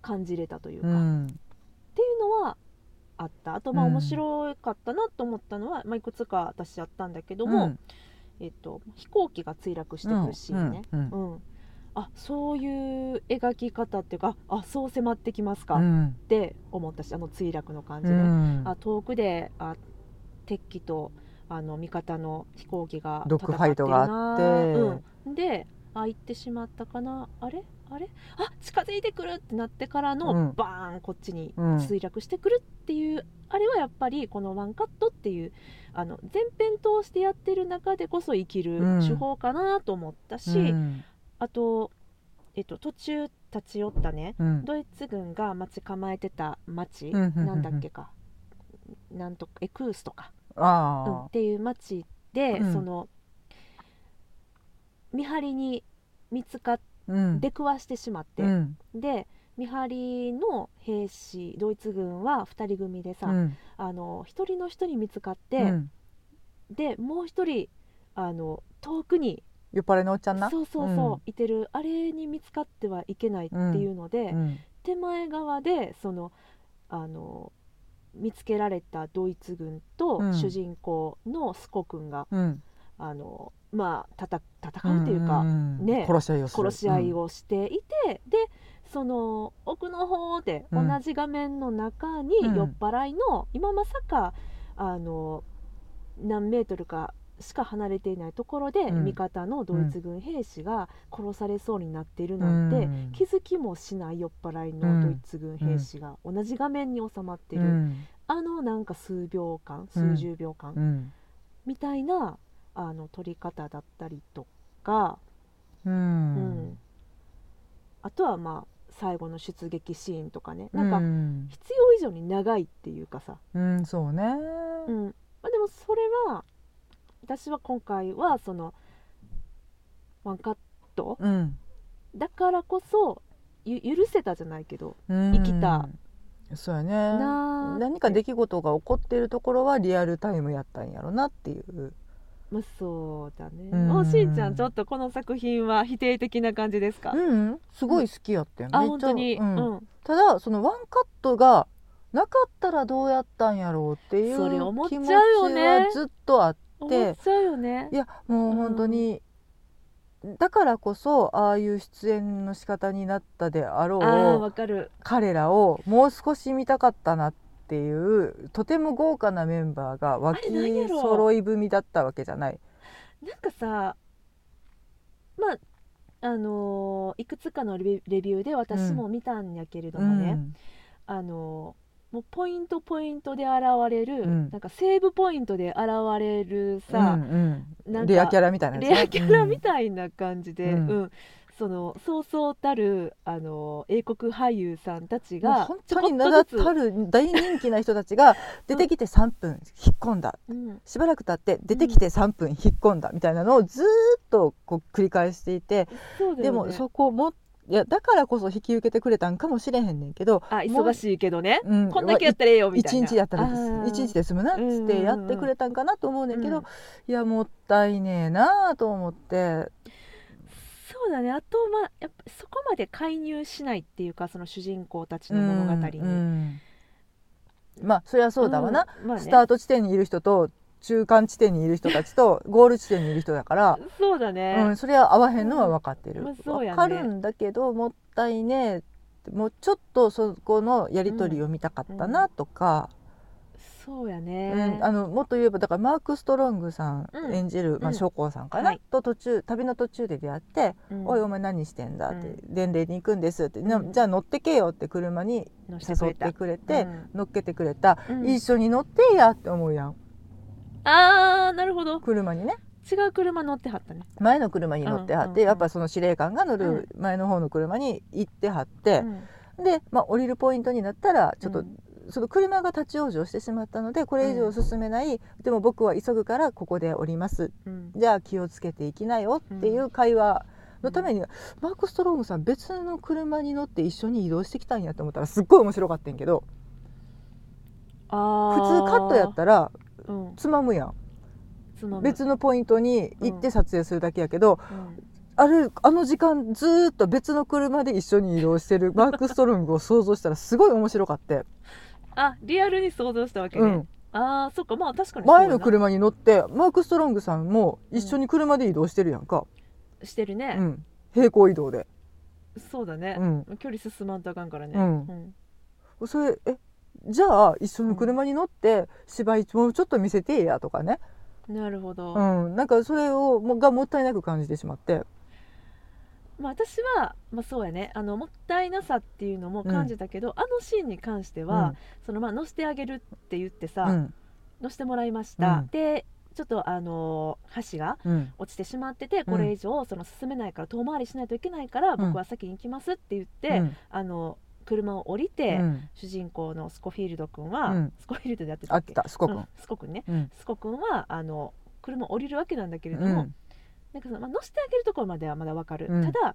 Speaker 1: 感じれたという
Speaker 2: う
Speaker 1: か、っ
Speaker 2: ん
Speaker 1: ていうのはあったあとまあ
Speaker 2: うん
Speaker 1: 面白かったなと思ったのは、まあ、いくつか私やったんだけど
Speaker 2: う
Speaker 1: も、
Speaker 2: ん
Speaker 1: えっと、飛行機が墜落してくるシーンね、
Speaker 2: うんうん
Speaker 1: うんああそういう描き方っていうかあそう迫ってきますかっ
Speaker 2: うん
Speaker 1: て思ったしあの墜落の感じ
Speaker 2: う
Speaker 1: で、
Speaker 2: ん
Speaker 1: あ遠くであ敵機とあの味方の飛行機が
Speaker 2: ドッグファイトがあって
Speaker 1: 戦るなうん、であ行ってしまったかなあれあれあ近づいてくるってなってからの、
Speaker 2: うん
Speaker 1: バーンこっちに
Speaker 2: うん
Speaker 1: 墜落してくるっていう、あれはやっぱりこのワンカットっていうあの前編通してやってる中でこそ生きる
Speaker 2: うん
Speaker 1: 手法かなと思ったし、
Speaker 2: うん
Speaker 1: あと、えっと、途中立ち寄ったね
Speaker 2: うん
Speaker 1: ドイツ軍が待ち構えてた町、
Speaker 2: うんうんうんうん
Speaker 1: なんだっけかなんとかエクースとか、うん
Speaker 2: あ
Speaker 1: っ
Speaker 2: あ
Speaker 1: ていう町で、
Speaker 2: うん
Speaker 1: その見張りに見つかっ
Speaker 2: うん
Speaker 1: 出くわしてしまって、
Speaker 2: うん
Speaker 1: で見張りの兵士ドイツ軍は2人組でさ、
Speaker 2: うん
Speaker 1: あの1人の人に見つかって、
Speaker 2: うん
Speaker 1: でもう1人あの遠くに
Speaker 2: 酔っ払いのおっちゃんな
Speaker 1: そうそうそう、いてるあれに見つかってはいけないっていうので、
Speaker 2: うん
Speaker 1: 手前側でそのあの見つけられたドイツ軍と
Speaker 2: うん
Speaker 1: 主人公のスコ君が、
Speaker 2: うん
Speaker 1: あのまあ戦戦うというか、
Speaker 2: ん
Speaker 1: ね
Speaker 2: 殺し合いをする
Speaker 1: 殺し合いをしていて、でその奥の方で同
Speaker 2: うん
Speaker 1: じ画面の中に
Speaker 2: うん
Speaker 1: 酔っ払いの、今まさかあの何メートルかしか離れていないところで、
Speaker 2: うん
Speaker 1: 味方のドイツ軍兵士が殺されそうになっているなんて、
Speaker 2: うん
Speaker 1: 気づきもしない酔っ払いのドイツ軍兵士が同じ画面に収まって
Speaker 2: う
Speaker 1: る、
Speaker 2: ん
Speaker 1: あのなんか数秒間
Speaker 2: うん
Speaker 1: 数十秒間
Speaker 2: うん
Speaker 1: みたいなあの撮り方だったりとか
Speaker 2: う
Speaker 1: うん
Speaker 2: ん
Speaker 1: あとはまあ最後の出撃シーンとかね
Speaker 2: う
Speaker 1: なんか
Speaker 2: ん
Speaker 1: 必要以上に長いっていうかさ、
Speaker 2: うんそうね
Speaker 1: うんまあ、でもそれは私は今回はそのワンカット
Speaker 2: うん
Speaker 1: だからこそゆ許せたじゃないけど
Speaker 2: うん
Speaker 1: 生きた
Speaker 2: そうやね
Speaker 1: なあ
Speaker 2: 何か出来事が起こっているところはリアルタイムやったんやろなっていう
Speaker 1: まあそうだね。
Speaker 2: うん
Speaker 1: おしんちゃんちょっとこの作品は否定的な感じですか。
Speaker 2: うんすごい好きやったよ、
Speaker 1: あ
Speaker 2: めっちゃ
Speaker 1: 本当に。う
Speaker 2: うん
Speaker 1: ん。
Speaker 2: ただそのワンカットがなかったらどうやったんやろうっていう
Speaker 1: それ思っち
Speaker 2: 気
Speaker 1: ゃう
Speaker 2: 持ち
Speaker 1: よね
Speaker 2: はずっとあっ
Speaker 1: 思っちゃうよね
Speaker 2: い。やもう本当に、だからこそああいう出演の仕方になったであろ
Speaker 1: ああ
Speaker 2: う
Speaker 1: わかる。
Speaker 2: 彼らをもう少し見たかったなっていうとても豪華なメンバーが
Speaker 1: あ
Speaker 2: 脇
Speaker 1: れなんやろ
Speaker 2: 揃い踏みだったわけじゃない。
Speaker 1: なんかさ、まああのーいくつかのレビレビューで私も見たんやけれどもね、あのーもうポイントポイントで現れる、
Speaker 2: うん
Speaker 1: なんかセーブポイントで現れる
Speaker 2: うん
Speaker 1: さ、
Speaker 2: うん
Speaker 1: なんか
Speaker 2: レアキャラみたいな
Speaker 1: レアキャラみ
Speaker 2: い
Speaker 1: たいな感じで、う
Speaker 2: うんん
Speaker 1: そのそうそうたるあの英国俳優さんたち
Speaker 2: が
Speaker 1: が
Speaker 2: 本
Speaker 1: ちょ
Speaker 2: 当
Speaker 1: こ
Speaker 2: に
Speaker 1: っ
Speaker 2: 名だ
Speaker 1: とずつ
Speaker 2: たる大人気な人た ちが出てきて3分引っ込んだ
Speaker 1: うん
Speaker 2: しばらく経って出てきて3分引っ込んだみたいなのをずーっとこう繰り返していて
Speaker 1: そうだよね
Speaker 2: でもそこもいやだからこそ引き受けてくれたんかもしれへんねんけど、
Speaker 1: あ忙しいけどね
Speaker 2: うん、
Speaker 1: こんだけやったらええよみたい
Speaker 2: 一
Speaker 1: な
Speaker 2: 日やったら一日
Speaker 1: で
Speaker 2: で済むなっつってやってくれたんかなと思うねんけど、いやもったいねえなあと思って、
Speaker 1: そうだねあとまあやっぱそこまで介入しないっていうかその主人公たちの
Speaker 2: うん
Speaker 1: 物語に、
Speaker 2: うんまあそりゃそうだわな、
Speaker 1: うんまあね
Speaker 2: スタート地点にいる人と中間地点にいる人た ちとゴール地点にいる人だから
Speaker 1: そうだね、
Speaker 2: うん、それは合わへんのは分かってる、
Speaker 1: うんまあそうや
Speaker 2: 分
Speaker 1: ね
Speaker 2: かるんだけどもったいねえもうちょっとそこのやり取りを見たかったなとか、
Speaker 1: そうや
Speaker 2: うん
Speaker 1: ね、
Speaker 2: あのもっと言えばだからマーク・ストロングさん
Speaker 1: うん
Speaker 2: 演じる、
Speaker 1: う
Speaker 2: まあ、
Speaker 1: ん
Speaker 2: 将校さんかな、
Speaker 1: はい
Speaker 2: と途中旅の途中で出会って「
Speaker 1: うん
Speaker 2: おいお前何してんだ」って
Speaker 1: う
Speaker 2: 「伝令に行くんです」って、な
Speaker 1: うん
Speaker 2: じゃあ乗ってけよ」って車に
Speaker 1: 乗せてく
Speaker 2: 誘
Speaker 1: れ
Speaker 2: ったてくれて
Speaker 1: うん
Speaker 2: 乗っけてくれた、
Speaker 1: うん
Speaker 2: 一緒に乗ってやって思うやん
Speaker 1: ああなるほど
Speaker 2: 車にね
Speaker 1: 違う車乗ってはったね
Speaker 2: 前の車に乗ってはって、
Speaker 1: うんうんうん
Speaker 2: やっぱその司令官が乗る前の方の車に行ってはって。
Speaker 1: うん
Speaker 2: で、まあ、降りるポイントになったらちょっと、
Speaker 1: うん
Speaker 2: その車が立ち往生してしまったのでこれ以上進めない、でも僕は急ぐからここで降ります
Speaker 1: うん
Speaker 2: じゃあ気をつけていきなよっていう会話のために、マーク・ストロームさん別の車に乗って一緒に移動してきたんやと思ったらすっごい面白かったんやけど普
Speaker 1: あ
Speaker 2: 通カットやったら
Speaker 1: た、うん、
Speaker 2: つまむやん
Speaker 1: つまむ
Speaker 2: 別のポイントに行って撮影するだけやけど、
Speaker 1: うん
Speaker 2: あれあの時間ずーっと別の車で一緒に移動して るマーク・ストロームを想像したらすごい面白かって。
Speaker 1: あリアルに想像したわけね、
Speaker 2: うん
Speaker 1: ああそっかまあ確かにそうや
Speaker 2: 前
Speaker 1: な
Speaker 2: の車に乗ってマーク・ストロングさんも一緒に車で移動してるやんか、
Speaker 1: してるね、
Speaker 2: うん、平行移動で、
Speaker 1: そうだね
Speaker 2: う、ん、
Speaker 1: 距離進まんとあかんからね、
Speaker 2: うんそれえじゃあ一緒の車に乗って芝居もうちょっと見せてやとかね、
Speaker 1: うんなるほど、
Speaker 2: うん、なんかそれをもうがもったいなく感じてしまって、
Speaker 1: まあ、私は、まあ、そうやねあのもったいなさっていうのも感じたけど、あのシーンに関しては、そのまあ乗せてあげるって言ってさ、
Speaker 2: うんうん
Speaker 1: 乗せてもらいました、
Speaker 2: うん
Speaker 1: でちょっとあの橋が
Speaker 2: うん
Speaker 1: 落ちてしまっててこれ以上その進めないから遠回りしないといけないから、
Speaker 2: ん
Speaker 1: 僕は先に行きますって言って、
Speaker 2: うん
Speaker 1: あの車を降りて、
Speaker 2: うん
Speaker 1: 主人公のスコフィールド君は、
Speaker 2: うん
Speaker 1: スコフィールドでやってた
Speaker 2: あ
Speaker 1: っ
Speaker 2: っ
Speaker 1: け
Speaker 2: たすごく、
Speaker 1: うんスコ君ね
Speaker 2: うん
Speaker 1: スコ君はあの車を降りるわけなんだけれど
Speaker 2: う
Speaker 1: も、
Speaker 2: ん
Speaker 1: なんかその、まあ、乗せてあげるところまではまだわかる、
Speaker 2: うん
Speaker 1: ただ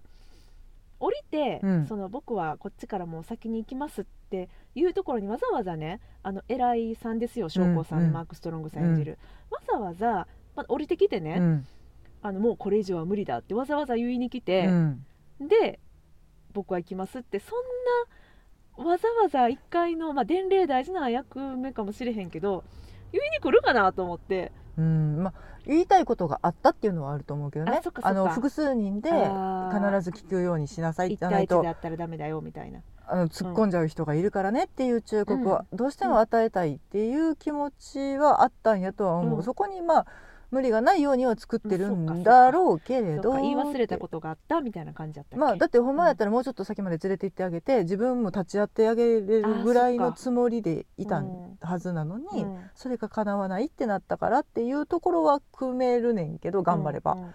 Speaker 1: 降りて、
Speaker 2: うん
Speaker 1: その僕はこっちからもう先に行きますっていうところにわざわざねあの偉いさんですよ将校さんの、
Speaker 2: うん
Speaker 1: マーク・ストロングさん演じる、わざわざ、まあ、降りてきてね、
Speaker 2: うん
Speaker 1: あのもうこれ以上は無理だってわざわざ言いに来
Speaker 2: う
Speaker 1: て、
Speaker 2: ん
Speaker 1: で僕は行きますってそんなわざわざ1回の、まあ、伝令大事な役目かもしれへんけど言いに来るかなと思って
Speaker 2: うんまあ、言いたいことがあったっていうのはあると思うけどね
Speaker 1: あそっかそっか
Speaker 2: の複数人で
Speaker 1: あ
Speaker 2: 必
Speaker 1: ー
Speaker 2: ず聞くようにしなさい
Speaker 1: 1
Speaker 2: じゃな
Speaker 1: 対
Speaker 2: い
Speaker 1: 1
Speaker 2: と
Speaker 1: であったらダメだよみたいな。
Speaker 2: あの突っ込んじゃう人がいるからねっていう忠告はどうしても与えたいっていう気持ちはあったんやとは思う、
Speaker 1: うん
Speaker 2: そこにまあ無理がないようには作って
Speaker 1: う
Speaker 2: る
Speaker 1: んそっかそ
Speaker 2: ん
Speaker 1: っか
Speaker 2: だろうけれ
Speaker 1: そう
Speaker 2: ど
Speaker 1: か言い忘れたことがあったみたいな感じだったっけ、
Speaker 2: まあだってほんまやったらもうちょっと先まで連れて行ってあげて自分も立ち会ってあげれるぐら
Speaker 1: あ
Speaker 2: い
Speaker 1: そっ
Speaker 2: の
Speaker 1: か
Speaker 2: つもりでいた
Speaker 1: うん
Speaker 2: はずなのに、
Speaker 1: うん
Speaker 2: それが叶わないってなったからっていうところは組めるねんけど頑張れば、
Speaker 1: うんうんうん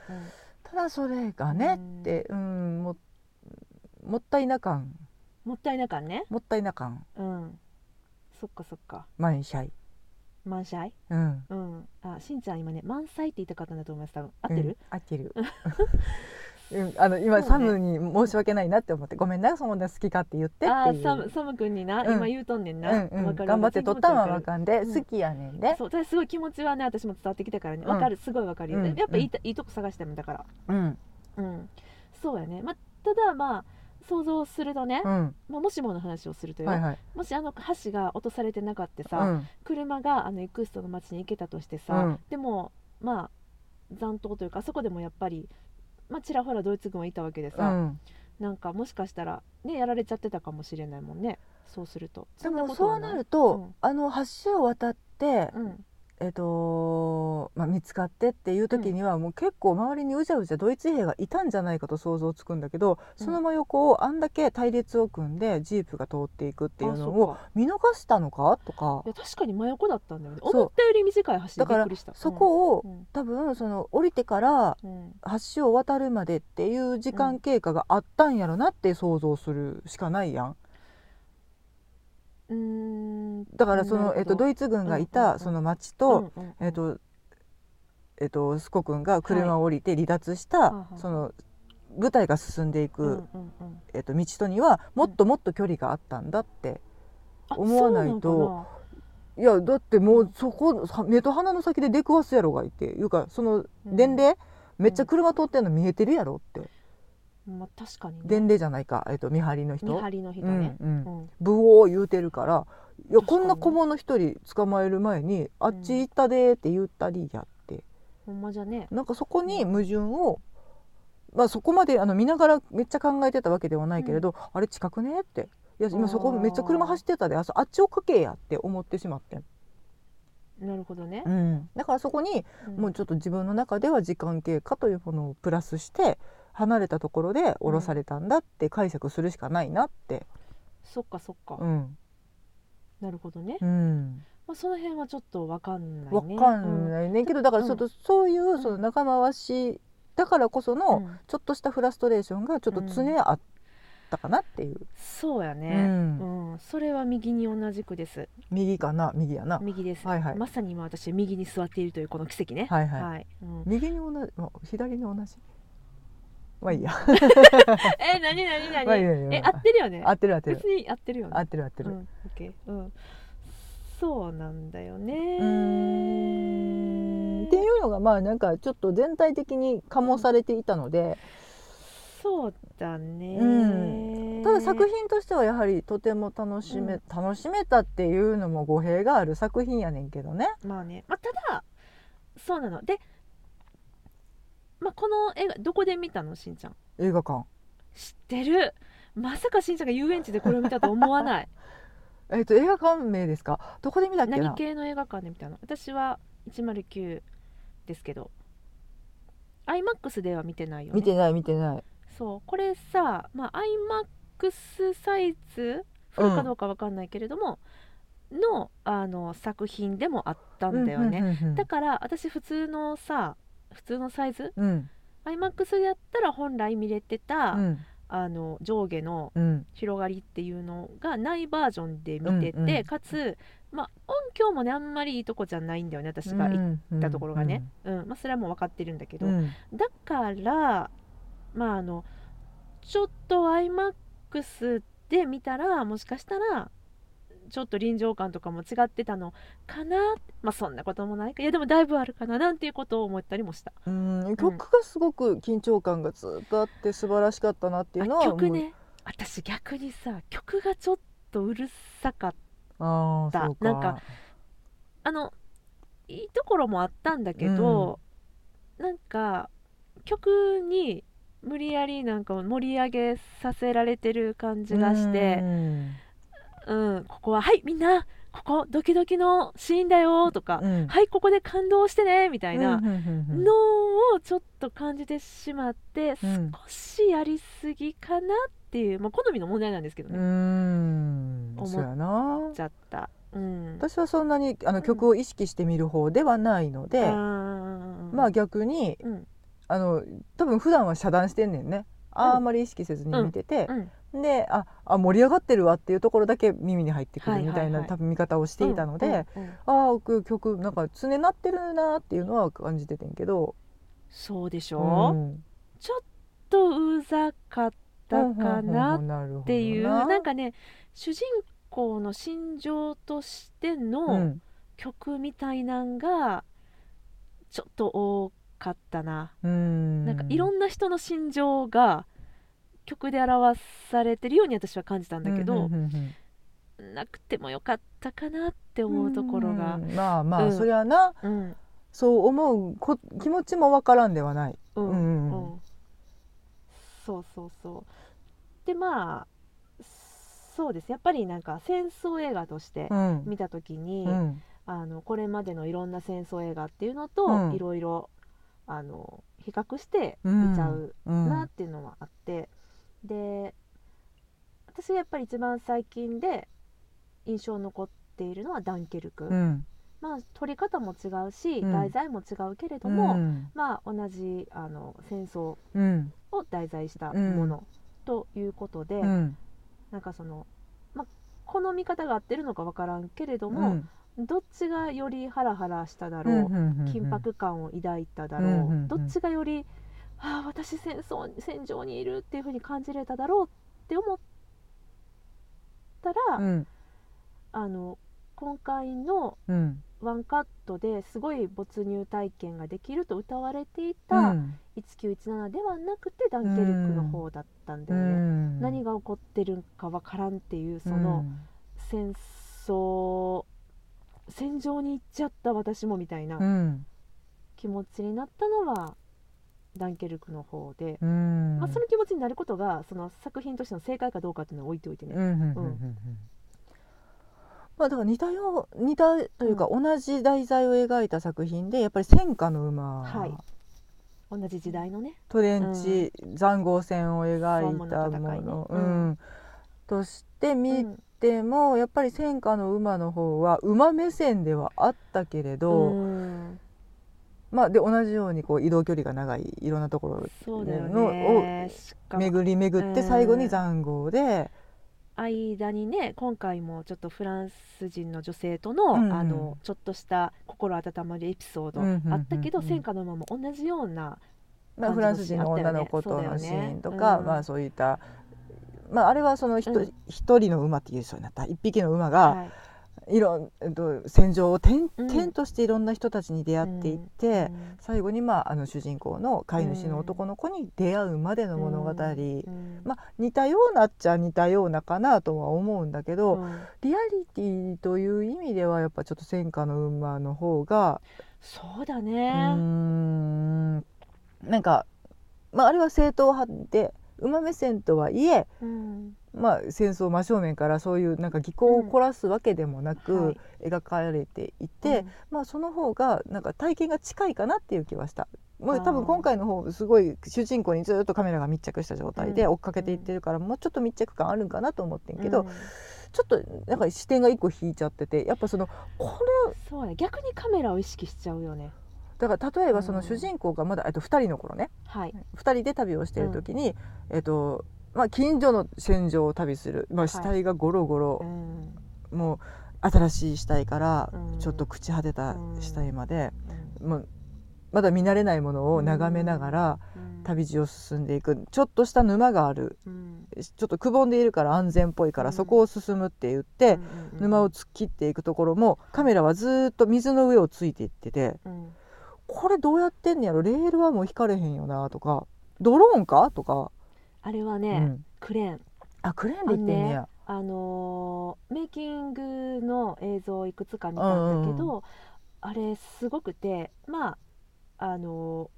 Speaker 2: ただそれがね
Speaker 1: うん
Speaker 2: ってうんももったいな感
Speaker 1: もったいなかんね
Speaker 2: もったいな感
Speaker 1: うんそっかそっか
Speaker 2: 満載
Speaker 1: 満載
Speaker 2: うん
Speaker 1: うんあしんちゃん今ね満載って言いたかったんだと思います多分合って
Speaker 2: う
Speaker 1: る
Speaker 2: ん、合ってる うんあの今、
Speaker 1: そうね
Speaker 2: サムに申し訳ないなって思ってごめんなそんな好きかって言って
Speaker 1: あ
Speaker 2: っ
Speaker 1: あ
Speaker 2: ていう
Speaker 1: サムサム君にな、
Speaker 2: うん
Speaker 1: 今言うとんねんな、
Speaker 2: うんう
Speaker 1: わ
Speaker 2: ん、
Speaker 1: かる
Speaker 2: 頑張って撮ったのはわかんで、
Speaker 1: うん
Speaker 2: 好きやねんで
Speaker 1: そうただすごい気持ちはね私も伝わってきたからね
Speaker 2: うん
Speaker 1: わかる、すごいわかるよ、
Speaker 2: うん
Speaker 1: やっぱいい,、いいとこ探してもんだから
Speaker 2: うん
Speaker 1: うんそうやね、まあ、ただまあ想像するとね、
Speaker 2: うん
Speaker 1: まあ、もしもの話をするとよ、
Speaker 2: はいはい
Speaker 1: もしあの橋が落とされてなかったさ、
Speaker 2: うん
Speaker 1: 車があのエクストの町に行けたとしてさ、
Speaker 2: うん
Speaker 1: でもまあ残党というかあそこでもやっぱり、まあ、ちらほらドイツ軍はいたわけで
Speaker 2: う
Speaker 1: さ、
Speaker 2: ん
Speaker 1: なんかもしかしたらねやられちゃってたかもしれないもんねそうすると
Speaker 2: で
Speaker 1: ん
Speaker 2: も
Speaker 1: こと
Speaker 2: そう
Speaker 1: は
Speaker 2: ないると、
Speaker 1: うん
Speaker 2: あの橋を渡って、
Speaker 1: うん
Speaker 2: えっとまあ、見つかってっていう時には、もう結構周りにうじゃうじゃドイツ兵がいたんじゃないかと想像つくんだけど、
Speaker 1: うん
Speaker 2: その真横をあんだけ隊列を組んでジープが通っていくっていうのを
Speaker 1: あ
Speaker 2: 見逃したのかと
Speaker 1: そうか
Speaker 2: か
Speaker 1: いや確かに真横だったんだよね
Speaker 2: そう
Speaker 1: 思ったより短い橋
Speaker 2: だ
Speaker 1: でび
Speaker 2: から
Speaker 1: っくりした
Speaker 2: そこを、
Speaker 1: うんうん
Speaker 2: 多分その降りてから
Speaker 1: うん
Speaker 2: 橋を渡るまでっていう時間経過があったんやろなって想像するしかないやん。
Speaker 1: うーん
Speaker 2: だからそ
Speaker 1: なるほ
Speaker 2: の、
Speaker 1: ど
Speaker 2: えっとドイツ軍が
Speaker 1: うんうんう
Speaker 2: い
Speaker 1: ん
Speaker 2: たその町と、
Speaker 1: うんうんうん
Speaker 2: えっとえっとスコ君が車を降りて離脱した、
Speaker 1: はい
Speaker 2: その部隊が進んでいく、
Speaker 1: うんうんうん
Speaker 2: えっと道とにはもっともっと距離があったんだって、
Speaker 1: あ
Speaker 2: 思わないと
Speaker 1: そうのか
Speaker 2: いやだってもうそこは目と鼻の先で出くわすやろがいていうかその
Speaker 1: うん
Speaker 2: 伝令、めっちゃ車通ってんの見えてるやろって、
Speaker 1: なまあ確かにね
Speaker 2: 伝令じゃないか、えっと見張りの人
Speaker 1: 見張りの人
Speaker 2: うん
Speaker 1: ね、
Speaker 2: うん
Speaker 1: うん
Speaker 2: ブオー言うてるからいや
Speaker 1: 確か
Speaker 2: こ
Speaker 1: に
Speaker 2: んな小物一人捕まえる前に、あっち行ったでーって言ったりやって。
Speaker 1: ほんまじゃね
Speaker 2: なんかそこに矛盾を、まあ、そこまであの見ながらめっちゃ考えてたわけではないけれど、あれ近くねっていや今そこ
Speaker 1: あー
Speaker 2: めっちゃ車走ってたであそあっちをかけやって思ってしまってん、
Speaker 1: なるほどね、
Speaker 2: だからそこに
Speaker 1: うん
Speaker 2: もうちょっと自分の中では時間経過というものをプラスして離れたところで降ろされたんだって解釈するしかないなって。
Speaker 1: そっかそっか、
Speaker 2: うん
Speaker 1: なるほどね、
Speaker 2: うん
Speaker 1: まあ、その辺はちょっとわかんない
Speaker 2: わ
Speaker 1: ね
Speaker 2: かんないねんけどだからちょっとそういうその仲間回しだからこそ
Speaker 1: うん
Speaker 2: の
Speaker 1: うん
Speaker 2: ちょっとしたフラストレーションがちょっと常あったかなっていう。
Speaker 1: そうや
Speaker 2: う
Speaker 1: ね、
Speaker 2: ん
Speaker 1: うんそれは右に同じくです
Speaker 2: 右かな右やな、
Speaker 1: 右です、
Speaker 2: はいはい
Speaker 1: まさに今私右に座っているというこの奇跡ね
Speaker 2: はいはい
Speaker 1: うん、
Speaker 2: 右に同じ、まあ、左に同じまあいいや
Speaker 1: え何何何、
Speaker 2: まあいいやいいや
Speaker 1: え合ってるよね
Speaker 2: 合ってる合って
Speaker 1: 別
Speaker 2: る
Speaker 1: に合ってるよね
Speaker 2: 合ってる合って
Speaker 1: う
Speaker 2: る
Speaker 1: ん、オッケーうん、そうなんだよね
Speaker 2: うーんっていうのがまあなんかちょっと全体的に加もされていたので
Speaker 1: そうだね、
Speaker 2: うただ作品としてはやはりとても楽しめ、
Speaker 1: うん
Speaker 2: 楽しめたっていうのも語弊がある作品やねんけどね。
Speaker 1: まあね、まあ、ただそうなのでまあ、この映画どこで見たのしんちゃん
Speaker 2: 映画館
Speaker 1: 知ってるまさかしんちゃんが遊園地でこれを見たと思わ ない
Speaker 2: えっ、と映画館名ですかどこで見たっけ
Speaker 1: 何
Speaker 2: な
Speaker 1: 系の映画館で見たの私は109ですけど iMAX では見てないよね
Speaker 2: 見てない見てない
Speaker 1: そうこれさ、まあ、iMAX サイズ
Speaker 2: う
Speaker 1: 古
Speaker 2: ん
Speaker 1: かどうかわかんないけれども、のあの作品でもあったんだよね、
Speaker 2: うんうんうんうん
Speaker 1: だから私普通のさ普通のサイズ
Speaker 2: うん、
Speaker 1: iMAX でやったら本来見れてた、
Speaker 2: うん
Speaker 1: あの上下の
Speaker 2: うん
Speaker 1: 広がりっていうのがないバージョンで見てて、
Speaker 2: うんうん
Speaker 1: かつ、まあ、音響もねあんまりいいとこじゃないんだよね私が行っ
Speaker 2: 行
Speaker 1: たところがね、うんまあ、それはもう分かってるんだけど、
Speaker 2: うん
Speaker 1: だからまああのちょっと iMAX で見たらもしかしたらちょっと臨場感とかも違ってたのかなまあそんなこともないかいやでもだいぶあるかななんていうことを思ったりもした
Speaker 2: うん、曲がすごく緊張感がずっとあって素晴らしかったなっていうの
Speaker 1: あ
Speaker 2: は
Speaker 1: 曲ね私逆にさ曲がちょっとうるさかった
Speaker 2: 思うあーそうか
Speaker 1: なんかあのいいところもあったんだけど、なんか曲に無理やりなんか盛り上げさせられてる感じがして
Speaker 2: う、ん
Speaker 1: うんここは「はいみんなここドキドキのシーンだよ」とか「
Speaker 2: うん
Speaker 1: はいここで感動してね」みたいな
Speaker 2: うんうんうんうん
Speaker 1: のをちょっと感じてしまって、
Speaker 2: うん
Speaker 1: 少しやりすぎかなっていう、まあ、好みの問題なんですけど
Speaker 2: う
Speaker 1: ね、
Speaker 2: ん
Speaker 1: 思っ
Speaker 2: そうやな
Speaker 1: ちゃった。うん、
Speaker 2: 私はそんなにあ
Speaker 1: うん
Speaker 2: の曲を意識してみる方ではないので、まあ
Speaker 1: あ
Speaker 2: 逆に
Speaker 1: ー、うん
Speaker 2: あの多分普段は遮断してんねんね
Speaker 1: うん
Speaker 2: あんまり意識せずに見てて
Speaker 1: う、ん
Speaker 2: でああ盛り上がってるわっていうところだけ耳に入ってく
Speaker 1: はい
Speaker 2: る
Speaker 1: はい
Speaker 2: み
Speaker 1: はい
Speaker 2: たいな、多分見方をしていたので、
Speaker 1: うんうんうん
Speaker 2: ああく曲なんか常なってるなっていうのは感じててんけど、
Speaker 1: そうでし
Speaker 2: う
Speaker 1: ょ、ち
Speaker 2: ん
Speaker 1: ょっとうざかったかなっ
Speaker 2: って
Speaker 1: いう、なんかね主人公の心情としての曲みたいなんがちょっと多かったな、
Speaker 2: な
Speaker 1: なんかいろ
Speaker 2: なん
Speaker 1: な人の心情が曲で表されてるように私は感じたんだけど、
Speaker 2: うんうんうん
Speaker 1: なくてもよかったかなって
Speaker 2: うん
Speaker 1: 思うところが、
Speaker 2: うんまあまあ、
Speaker 1: うん
Speaker 2: そりゃな
Speaker 1: うん
Speaker 2: そう思うこ気持ちもわからんではない、
Speaker 1: う
Speaker 2: うん
Speaker 1: ん
Speaker 2: うん
Speaker 1: うんそうそうそうでまあそうですやっぱりなんか戦争映画として
Speaker 2: うん
Speaker 1: 見た時に、
Speaker 2: うん
Speaker 1: あのこれまでのいろんな戦争映画っていうのと、
Speaker 2: うん
Speaker 1: いろいろあの比較して
Speaker 2: うん
Speaker 1: 見ちゃう
Speaker 2: うん
Speaker 1: なっていうのはあって、で私がやっぱり一番最近で印象に残っているのはダンケルク、
Speaker 2: うん
Speaker 1: まあ撮り方も違うし、
Speaker 2: うん
Speaker 1: 題材も違うけれども、まあ同じあの戦争
Speaker 2: うん
Speaker 1: を題材したものということで、
Speaker 2: うん
Speaker 1: なんかその、まあ、この見方が合ってるのか分からんけれど
Speaker 2: う
Speaker 1: も、
Speaker 2: ん
Speaker 1: どっちがよりハラハラしただ
Speaker 2: う
Speaker 1: ろう、
Speaker 2: んうんうん
Speaker 1: 緊迫感を抱いただろう、
Speaker 2: うんうんうん
Speaker 1: どっちがより、ああ私戦争戦場にいるっていうふうに感じれただろうって思ったら、
Speaker 2: うん
Speaker 1: あの今回の
Speaker 2: うん
Speaker 1: ワンカットですごい没入体験ができると歌われていた、
Speaker 2: うん
Speaker 1: 1917ではなくてダンケルクの方だったんだよね。
Speaker 2: うん
Speaker 1: 何が起こってるんかわからんっていうその戦争戦場に行っちゃった私もみたいな
Speaker 2: うん
Speaker 1: 気持ちになったのはダンケルクの方で、
Speaker 2: うん
Speaker 1: まあ、その気持ちになることがその作品としての正解かどうかっていうのは置いておいて
Speaker 2: う
Speaker 1: ね。
Speaker 2: んうんうんうんうんまあだから似たよう似たというか同じ題材を描いた作品でやっぱり戦火の馬、
Speaker 1: はい同じ時代のね、
Speaker 2: トレンチ、塹壕戦を描いた
Speaker 1: 三門
Speaker 2: も
Speaker 1: の戦いね
Speaker 2: の、
Speaker 1: う
Speaker 2: うんんとして
Speaker 1: う
Speaker 2: 見
Speaker 1: ん
Speaker 2: ても、やっぱり戦火の馬の方は馬目線ではあったけれど、
Speaker 1: うん
Speaker 2: まあで同じようにこう移動距離が長いいろんなところ
Speaker 1: そうだよ
Speaker 2: の
Speaker 1: ね
Speaker 2: を
Speaker 1: しかも
Speaker 2: 巡り巡っ
Speaker 1: う
Speaker 2: て
Speaker 1: ん
Speaker 2: 最後に塹壕で、
Speaker 1: 間にね今回もちょっとフランス人の女性との,、
Speaker 2: うん
Speaker 1: あのちょっとした心温まるエピソー
Speaker 2: うんうんうんう
Speaker 1: ド
Speaker 2: ん
Speaker 1: あったけど、戦火の馬も同じような
Speaker 2: まあ、フランス人の女の子とのシーンとか、
Speaker 1: うん
Speaker 2: まあそういった、まあ、あれはその一、
Speaker 1: うん
Speaker 2: 一人の馬っていう人になった一匹の馬が、
Speaker 1: はい
Speaker 2: い、ろん、えっと、戦場を転
Speaker 1: うん
Speaker 2: 々としていろんな人たちに出会っていって、
Speaker 1: うん
Speaker 2: 最後に、まあ、あの主人公の飼い主の男の子に出会うまでの物語、
Speaker 1: うん
Speaker 2: まあ、似たようなっちゃ似たようなかなとは思うんだけど、
Speaker 1: うん
Speaker 2: リアリティという意味ではやっぱちょっと戦火の馬の方が
Speaker 1: そうだ
Speaker 2: う
Speaker 1: ね、
Speaker 2: ーんなんか、まあ、あれは正統派で馬目線とはいえ、
Speaker 1: うん
Speaker 2: まあ、戦争真正面からそういうなんか技巧を凝らすわけでもな
Speaker 1: うんは
Speaker 2: く
Speaker 1: い
Speaker 2: 描かれていて、まあ、その方がなんか体験が近いかなっていう気はした。ま
Speaker 1: あ
Speaker 2: あ、
Speaker 1: ー
Speaker 2: 多分今回の方すごい主人公にずっとカメラが密着した状態で
Speaker 1: うん
Speaker 2: 追っかけていってるから、もうちょっと密着感あるんかなと思ってん
Speaker 1: うん
Speaker 2: けど、
Speaker 1: うん
Speaker 2: ちょっとなんか視点が一個引いちゃっててやっぱそのこれ
Speaker 1: そうや逆にカメラを意識しちゃうよね
Speaker 2: だから例えばそうの
Speaker 1: ん
Speaker 2: 主人公がまだ、えっと、2人の頃ね
Speaker 1: はい
Speaker 2: 2人で旅をしている時に、えっとまあ、近所の戦場を旅する、まあ、死体がゴロゴ
Speaker 1: う
Speaker 2: ロ、
Speaker 1: ん
Speaker 2: もう新しい死体から
Speaker 1: うん
Speaker 2: ちょっと朽ち果てた死体まで、
Speaker 1: うん
Speaker 2: もうまだ見慣れないものを眺めながら
Speaker 1: うん
Speaker 2: 旅路を進んでいくちょっとした沼がある
Speaker 1: うん
Speaker 2: ちょっとくぼんでいるから安全っぽいか
Speaker 1: うん
Speaker 2: らそこを進むって言って。
Speaker 1: うんうん
Speaker 2: 沼を突っ切っていくところもカメラはずーっと水の上をついていってて
Speaker 1: うん
Speaker 2: これどうやってんねやろレールはもう引かれへんよなとかドローンかとか、
Speaker 1: あれはね、
Speaker 2: うん
Speaker 1: クレーン
Speaker 2: あクレーンで行ってんねや
Speaker 1: あのーメイキングの映像をいくつか見たんだけど、
Speaker 2: うん
Speaker 1: あれすごくてまああのー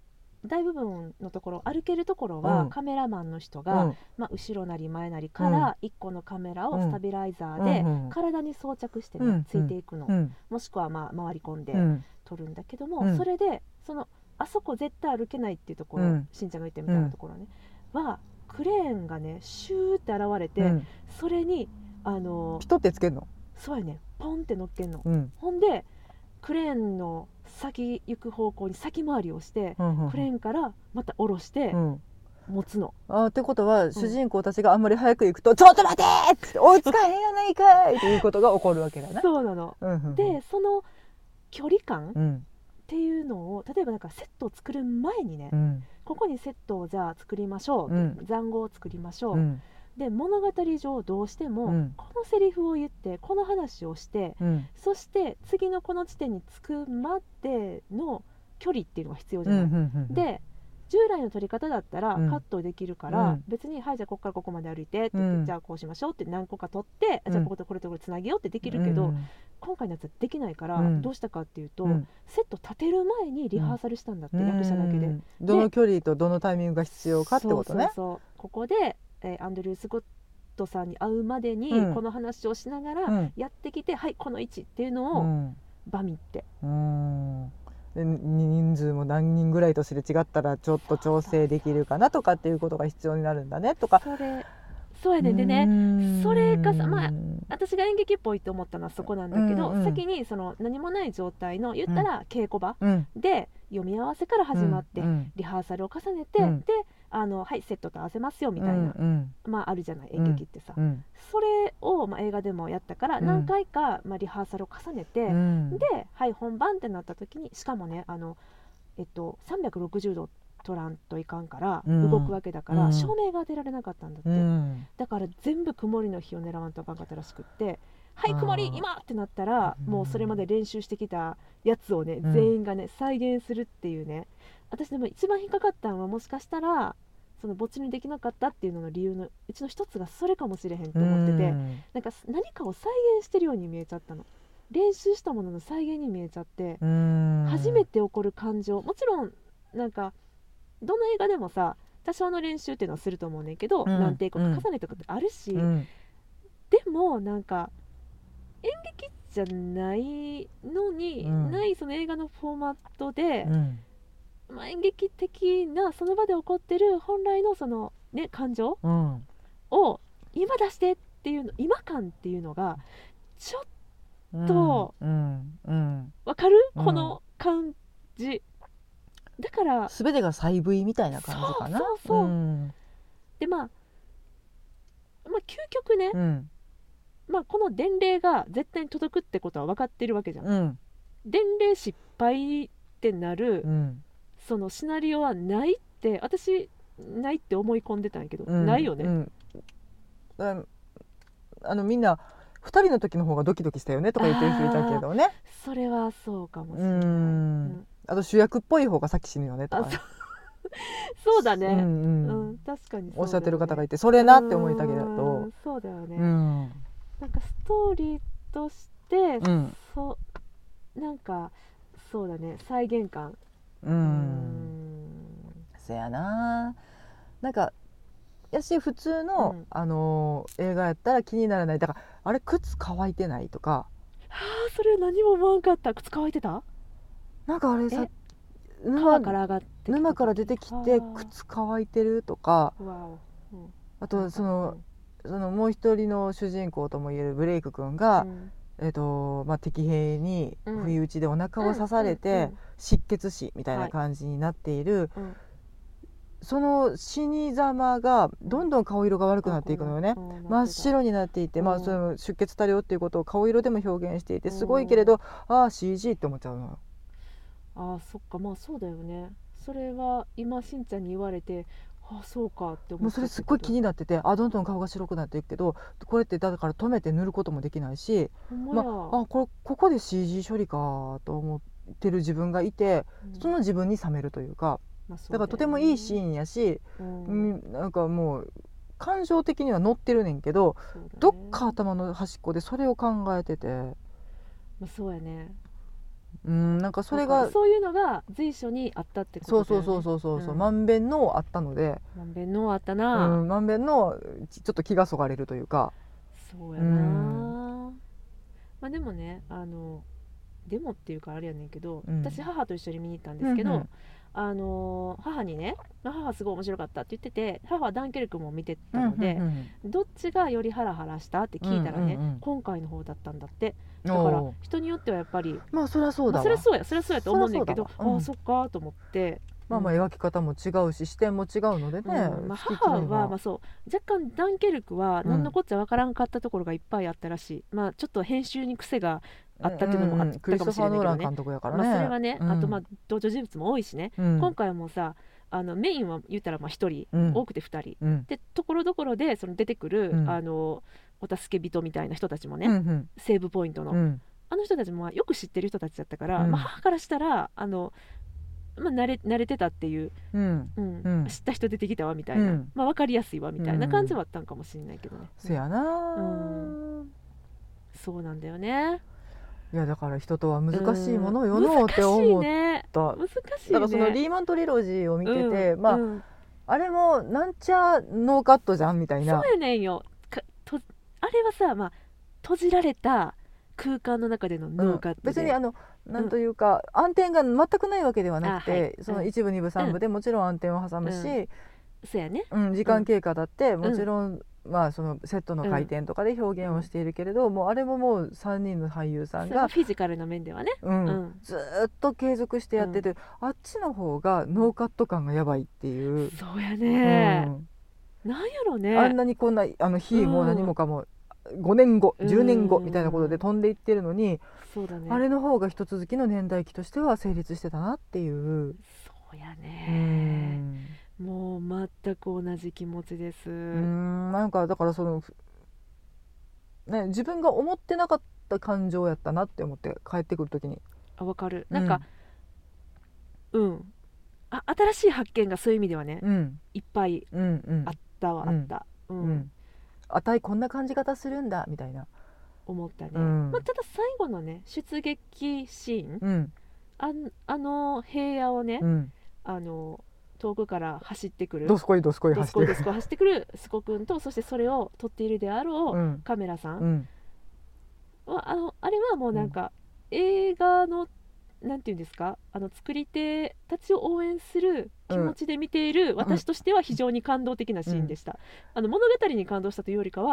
Speaker 1: 大部分のところ歩けるところは、
Speaker 2: うん
Speaker 1: カメラマンの人
Speaker 2: う
Speaker 1: が、
Speaker 2: ん
Speaker 1: まあ、後ろなり前なりから1個のカメラをスタビライザー
Speaker 2: う
Speaker 1: で
Speaker 2: んうん
Speaker 1: 体に装着してね、
Speaker 2: うん
Speaker 1: ついていくの、
Speaker 2: うん
Speaker 1: もしくはまあ回り込んで
Speaker 2: うん
Speaker 1: 撮るんだけども、
Speaker 2: うん
Speaker 1: それでそのあそこ絶対歩けないっていうところ、
Speaker 2: うん
Speaker 1: しんちゃんが言ってみたいなところね、はクレーンがねシューって現れて、
Speaker 2: うん
Speaker 1: それにあの
Speaker 2: ピトってつけんの、
Speaker 1: そうやねポンって乗っけんの、
Speaker 2: うん
Speaker 1: ほんでクレーンの先行く方向に先回りをして、
Speaker 2: うんうん
Speaker 1: クレーンからまた下ろして
Speaker 2: うん、
Speaker 1: 持つの、
Speaker 2: あーってことは主人公たちがあんまり早く行くと「ちょっと待て!」って追いつかへんやないかいっていうことが起こるわけだな。
Speaker 1: そうなの。
Speaker 2: うんうんうん
Speaker 1: でその距離感っ
Speaker 2: うん
Speaker 1: ていうのを例えばなんかセットを作る前にね、
Speaker 2: うん
Speaker 1: ここにセットをじゃあ作りましょう、
Speaker 2: うん
Speaker 1: 残語を作りましょう、
Speaker 2: うん
Speaker 1: で物語上どうしても、
Speaker 2: うん
Speaker 1: このセリフを言ってこの話をして
Speaker 2: うん
Speaker 1: そして次のこの地点に着くまでの距離っていうのが必要じ
Speaker 2: う
Speaker 1: ゃない、
Speaker 2: んうん
Speaker 1: で従来の取り方だったらカ
Speaker 2: うん
Speaker 1: ットできるから、
Speaker 2: うん
Speaker 1: 別に「はいじゃあここからここまで歩いて」って言って、
Speaker 2: うん
Speaker 1: じゃあこうしましょう」って何個か取って、
Speaker 2: うん
Speaker 1: じゃあこことこれとこれつなげようってできるけど、
Speaker 2: うん
Speaker 1: 今回のやつはできないから、
Speaker 2: うん
Speaker 1: どうしたかっていうと、
Speaker 2: うん
Speaker 1: セット立てる前にリハーサルしたんだって、役者だけで。
Speaker 2: うんどの距離とどのタイミングが必要かってこ
Speaker 1: そう
Speaker 2: とね
Speaker 1: そうそうここで、えーアンドリュー・スコットさんに会うまでに、
Speaker 2: うん
Speaker 1: この話をしながら、
Speaker 2: うん
Speaker 1: やってきてはいこの位置っていう
Speaker 2: う
Speaker 1: のを、
Speaker 2: ん
Speaker 1: バミって
Speaker 2: うんでに人数も何人ぐらいとすれ違ったらちょっと調整できるかなとかっていうことが必要になるんだねとか。
Speaker 1: それそうやねんでね、
Speaker 2: ね
Speaker 1: それがさまあ私が演劇っぽいと思ったのはそこなんだけど、
Speaker 2: うんうん
Speaker 1: 先にその何もない状態の言ったら稽古場
Speaker 2: うん、
Speaker 1: で読み合わせから始まって、
Speaker 2: うん
Speaker 1: リハーサルを重ねて、
Speaker 2: うん
Speaker 1: であのはいセットと合わせますよみたいな、
Speaker 2: うん
Speaker 1: まああるじゃない演劇ってさ、
Speaker 2: うん
Speaker 1: それを、まあ、映画でもやったから
Speaker 2: うん
Speaker 1: 何回か、まあ、リハーサルを重ねて、
Speaker 2: うん
Speaker 1: ではい本番ってなった時にしかもねあの、えっと、360度取らんといかんから、
Speaker 2: うん
Speaker 1: 動くわけだから、
Speaker 2: うん
Speaker 1: 照明が当てられなかったんだって、
Speaker 2: うん
Speaker 1: だから全部曇りの日を狙わんとあかんかったらしくって「はい曇り
Speaker 2: あー
Speaker 1: 今!」ってなったら、
Speaker 2: うん
Speaker 1: もうそれまで練習してきたやつをね、
Speaker 2: うん
Speaker 1: 全員がね再現するっていうね私でも一番引っかかったのはもしかしたらその没入できなかったっていうのの理由のうちの一つがそれかもしれへんと思ってて。
Speaker 2: うん
Speaker 1: なんかす何かを再現してるように見えちゃったの練習したものの再現に見えちゃって、
Speaker 2: うん
Speaker 1: 初めて起こる感情もちろんなんかどの映画でもさ多少の練習っていうのはすると思うねんけど、
Speaker 2: うん
Speaker 1: 何テイク
Speaker 2: う
Speaker 1: か
Speaker 2: ん
Speaker 1: 重ねとかってあるし、
Speaker 2: うん
Speaker 1: でもなんか演劇じゃないのに、
Speaker 2: うん
Speaker 1: ないその映画のフォーマットで、
Speaker 2: うん
Speaker 1: まあ、演劇的なその場で起こってる本来のそのね感情
Speaker 2: うん
Speaker 1: を今出してっていうの今感っていうのがちょっと
Speaker 2: うん
Speaker 1: と
Speaker 2: うんうん
Speaker 1: わかる、
Speaker 2: うん
Speaker 1: この感じだから
Speaker 2: 全てが細部みたいな感じかな
Speaker 1: そうそうそう
Speaker 2: うん
Speaker 1: でまあまあ究極ね、
Speaker 2: うん
Speaker 1: まあ、この伝令が絶対に届くってことは分かってるわけじゃん、
Speaker 2: うん
Speaker 1: 伝令失敗ってなる、
Speaker 2: うん
Speaker 1: そのシナリオはないって私ないって思い込んでたんやけど、
Speaker 2: うん
Speaker 1: ないよね、
Speaker 2: うんうんあのみんな二人の時の方がドキドキしたよねとか言ってる人いたけどね
Speaker 1: それはそうかもし
Speaker 2: う
Speaker 1: れない、
Speaker 2: んあと主役っぽい方が先死ぬよねとかね、
Speaker 1: そうだね、
Speaker 2: う
Speaker 1: うん
Speaker 2: んうん
Speaker 1: 確かにそうだよね
Speaker 2: おっしゃってる方がいてそれなって思いたけだ
Speaker 1: う
Speaker 2: と
Speaker 1: んそうだよね、
Speaker 2: うん
Speaker 1: なんかストーリーとして、
Speaker 2: うん
Speaker 1: そうなんかそうだね再現感
Speaker 2: う
Speaker 1: うん
Speaker 2: せやななんかやし普通の、
Speaker 1: うん
Speaker 2: あのー映画やったら気にならないだからあれ靴乾いてないとか
Speaker 1: あーそれ何も思わんかった靴乾いてた
Speaker 2: なんかあれさ
Speaker 1: え
Speaker 2: 沼
Speaker 1: 川から上がってきた
Speaker 2: 沼から出てき
Speaker 1: あ
Speaker 2: て
Speaker 1: ー
Speaker 2: 靴乾いてるとか
Speaker 1: わお
Speaker 2: あとはその,、そのもう一人の主人公ともいえるブレイク君が、
Speaker 1: うん
Speaker 2: えっとまあ、敵兵に
Speaker 1: うん
Speaker 2: 不意打ちでお腹を刺されて、失血死みたいな感じになっている、
Speaker 1: うんうんうん
Speaker 2: その死に様がどんどん顔色が悪くなっていくのよね。
Speaker 1: うん
Speaker 2: 真っ白になっていて、
Speaker 1: う
Speaker 2: まあ、
Speaker 1: ん
Speaker 2: その出血多量っていうことを顔色でも表現していて
Speaker 1: うん
Speaker 2: すごいけれど、ああ CG って思っちゃうのよ。
Speaker 1: あーそっかまあそうだよねそれは今しんちゃんに言われてあーそうかって思
Speaker 2: もう
Speaker 1: った
Speaker 2: それすっごい気になっててあどんどん顔が白くなっていくけどこれってだから止めて塗ることもできないし
Speaker 1: ほんま
Speaker 2: ま
Speaker 1: や、
Speaker 2: あこれここで CG 処理かと思ってる自分がいて
Speaker 1: うん
Speaker 2: その自分に冷めるというか
Speaker 1: まあそう
Speaker 2: だ
Speaker 1: よ
Speaker 2: からとてもいいシーンやし、
Speaker 1: うん
Speaker 2: うんなんかもう感情的には乗ってるねんけど
Speaker 1: そうだね
Speaker 2: どっか頭の端っこでそれを考えてて
Speaker 1: まあ、そうやね
Speaker 2: うんなんかそ
Speaker 1: な
Speaker 2: れ
Speaker 1: ん
Speaker 2: が
Speaker 1: かそういうのが随所にあったってこ
Speaker 2: そう
Speaker 1: とだ
Speaker 2: そ
Speaker 1: よ
Speaker 2: う
Speaker 1: ね
Speaker 2: そうそうそうそう
Speaker 1: うん
Speaker 2: まんべんのあったので
Speaker 1: まんべんのあった
Speaker 2: う
Speaker 1: な、
Speaker 2: んまんべんのちちょっと気がそがれるというか
Speaker 1: そうやな、まあでもねあのでもっていうかあれやねんけど、
Speaker 2: うん
Speaker 1: 私母と一緒に見に行ったんですけど、
Speaker 2: うんうん
Speaker 1: あのー母にね「まあ母すごい面白かった」って言ってて母はダンケルクも見てたので、
Speaker 2: うんうん
Speaker 1: どっちがよりハラハラしたって聞いたらね、
Speaker 2: うんうんうん
Speaker 1: 今回の方だったんだって
Speaker 2: うん
Speaker 1: だから
Speaker 2: おー
Speaker 1: 人によってはやっぱり
Speaker 2: まあそりゃそう
Speaker 1: ま
Speaker 2: だ
Speaker 1: あ
Speaker 2: わ
Speaker 1: それはそうやそれはそうやと思うねんけど、
Speaker 2: そりゃそうだわうん
Speaker 1: ああそっかと思って
Speaker 2: まあまあ描き方も違うし視点も違うのでね、
Speaker 1: うんまあ、
Speaker 2: 好き嫌い
Speaker 1: 母は、まあ、そう若干ダンケルクは何のこっちゃわからんかったところがいっぱいあったらしい、まあ、ちょっと編集に癖が、あったっていうのもあった
Speaker 2: クリストファー・ノーラン
Speaker 1: かも
Speaker 2: 監督やからね、
Speaker 1: まあ、それはね、
Speaker 2: うん
Speaker 1: あとまあ登場人物も多いしね、
Speaker 2: うん
Speaker 1: 今回はもうさあのメインは言ったらまあ1人、
Speaker 2: うん
Speaker 1: 多くて2人
Speaker 2: うん
Speaker 1: でところどころでその出てくる、
Speaker 2: うん
Speaker 1: あのお助け人みたいな人たちもね、
Speaker 2: うんうん
Speaker 1: セーブポイントの、
Speaker 2: うん
Speaker 1: あの人たちもまあよく知ってる人たちだったから、
Speaker 2: うん
Speaker 1: まあ、母からしたらあの、まあ、慣れ慣れてたっていう、
Speaker 2: うん
Speaker 1: うん
Speaker 2: うん
Speaker 1: 知った人出てきたわみたいな、
Speaker 2: うん
Speaker 1: まあ、分かりやすいわみたいな
Speaker 2: うん
Speaker 1: 感じはあったんかもしれないけどね、
Speaker 2: せやな、
Speaker 1: うそうなんだよね
Speaker 2: いやだから人とは難しいものよ
Speaker 1: うん
Speaker 2: のうって思っ
Speaker 1: 難しいね
Speaker 2: た、
Speaker 1: 難しいね
Speaker 2: だからそのリーマントリロジーを見てて、
Speaker 1: うん
Speaker 2: まあ、
Speaker 1: うん
Speaker 2: あれもなんちゃノーカットじゃんみたいな
Speaker 1: そうやねんよかとあれはさ、まあ、閉じられた空間の中での
Speaker 2: うん
Speaker 1: 脳かって、
Speaker 2: 別にあのなんというか、暗転が全くないわけではなくて、
Speaker 1: あはい
Speaker 2: その
Speaker 1: うん
Speaker 2: 一部二部三部でもちろん暗転を挟むし、
Speaker 1: そうやね
Speaker 2: うん、時間経過だって、もちろん、まあ、そのセットの回転とかで表現をしているけれど、もうあれももう3人の俳優さん
Speaker 1: それは
Speaker 2: が、
Speaker 1: フィジカルの面ではね、
Speaker 2: うん
Speaker 1: うん
Speaker 2: ずーっと継続してやってて、あっちの方がノーカット感がやばいっていう、
Speaker 1: そうやね、
Speaker 2: うん
Speaker 1: なんやろね
Speaker 2: あんなにこんなあの日も何もかも5年後10年後
Speaker 1: うん
Speaker 2: みたいなことで飛んでいってるのに、
Speaker 1: そうだね
Speaker 2: あれの方が一続きの年代記としては成立してたなっていう。
Speaker 1: そうや
Speaker 2: う
Speaker 1: ね、
Speaker 2: ん
Speaker 1: もう全く同じ気持ちです、
Speaker 2: うーんなんかだからその、ふね、自分が思ってなかった感情やったなって思って帰ってくる時に
Speaker 1: あわかるなんか、うん、あ新しい発見がそういう意味ではね、
Speaker 2: うん
Speaker 1: いっぱい
Speaker 2: うんうん
Speaker 1: あったわ、
Speaker 2: うん
Speaker 1: あった、う
Speaker 2: うんん、あたいこんな感じ方するんだみたいな、
Speaker 1: 思ったね、
Speaker 2: うん
Speaker 1: まあ、ただ最後のね出撃シーン、
Speaker 2: うん
Speaker 1: あんあの平野をね、
Speaker 2: うん、
Speaker 1: あの遠くから走ってくる
Speaker 2: どすこいどすこい
Speaker 1: どす
Speaker 2: 走って
Speaker 1: こいど
Speaker 2: る
Speaker 1: すこい走ってくるスコくんとそしてそれを撮っているであろう、
Speaker 2: うん
Speaker 1: カメラさん
Speaker 2: う、ん
Speaker 1: まああのあれはもうなんか、映画のなんていうんですかあの作り手たちを応援する気持ちで見ている私としては非常に感動的なシーンでした、あの物語に感動したというよりかは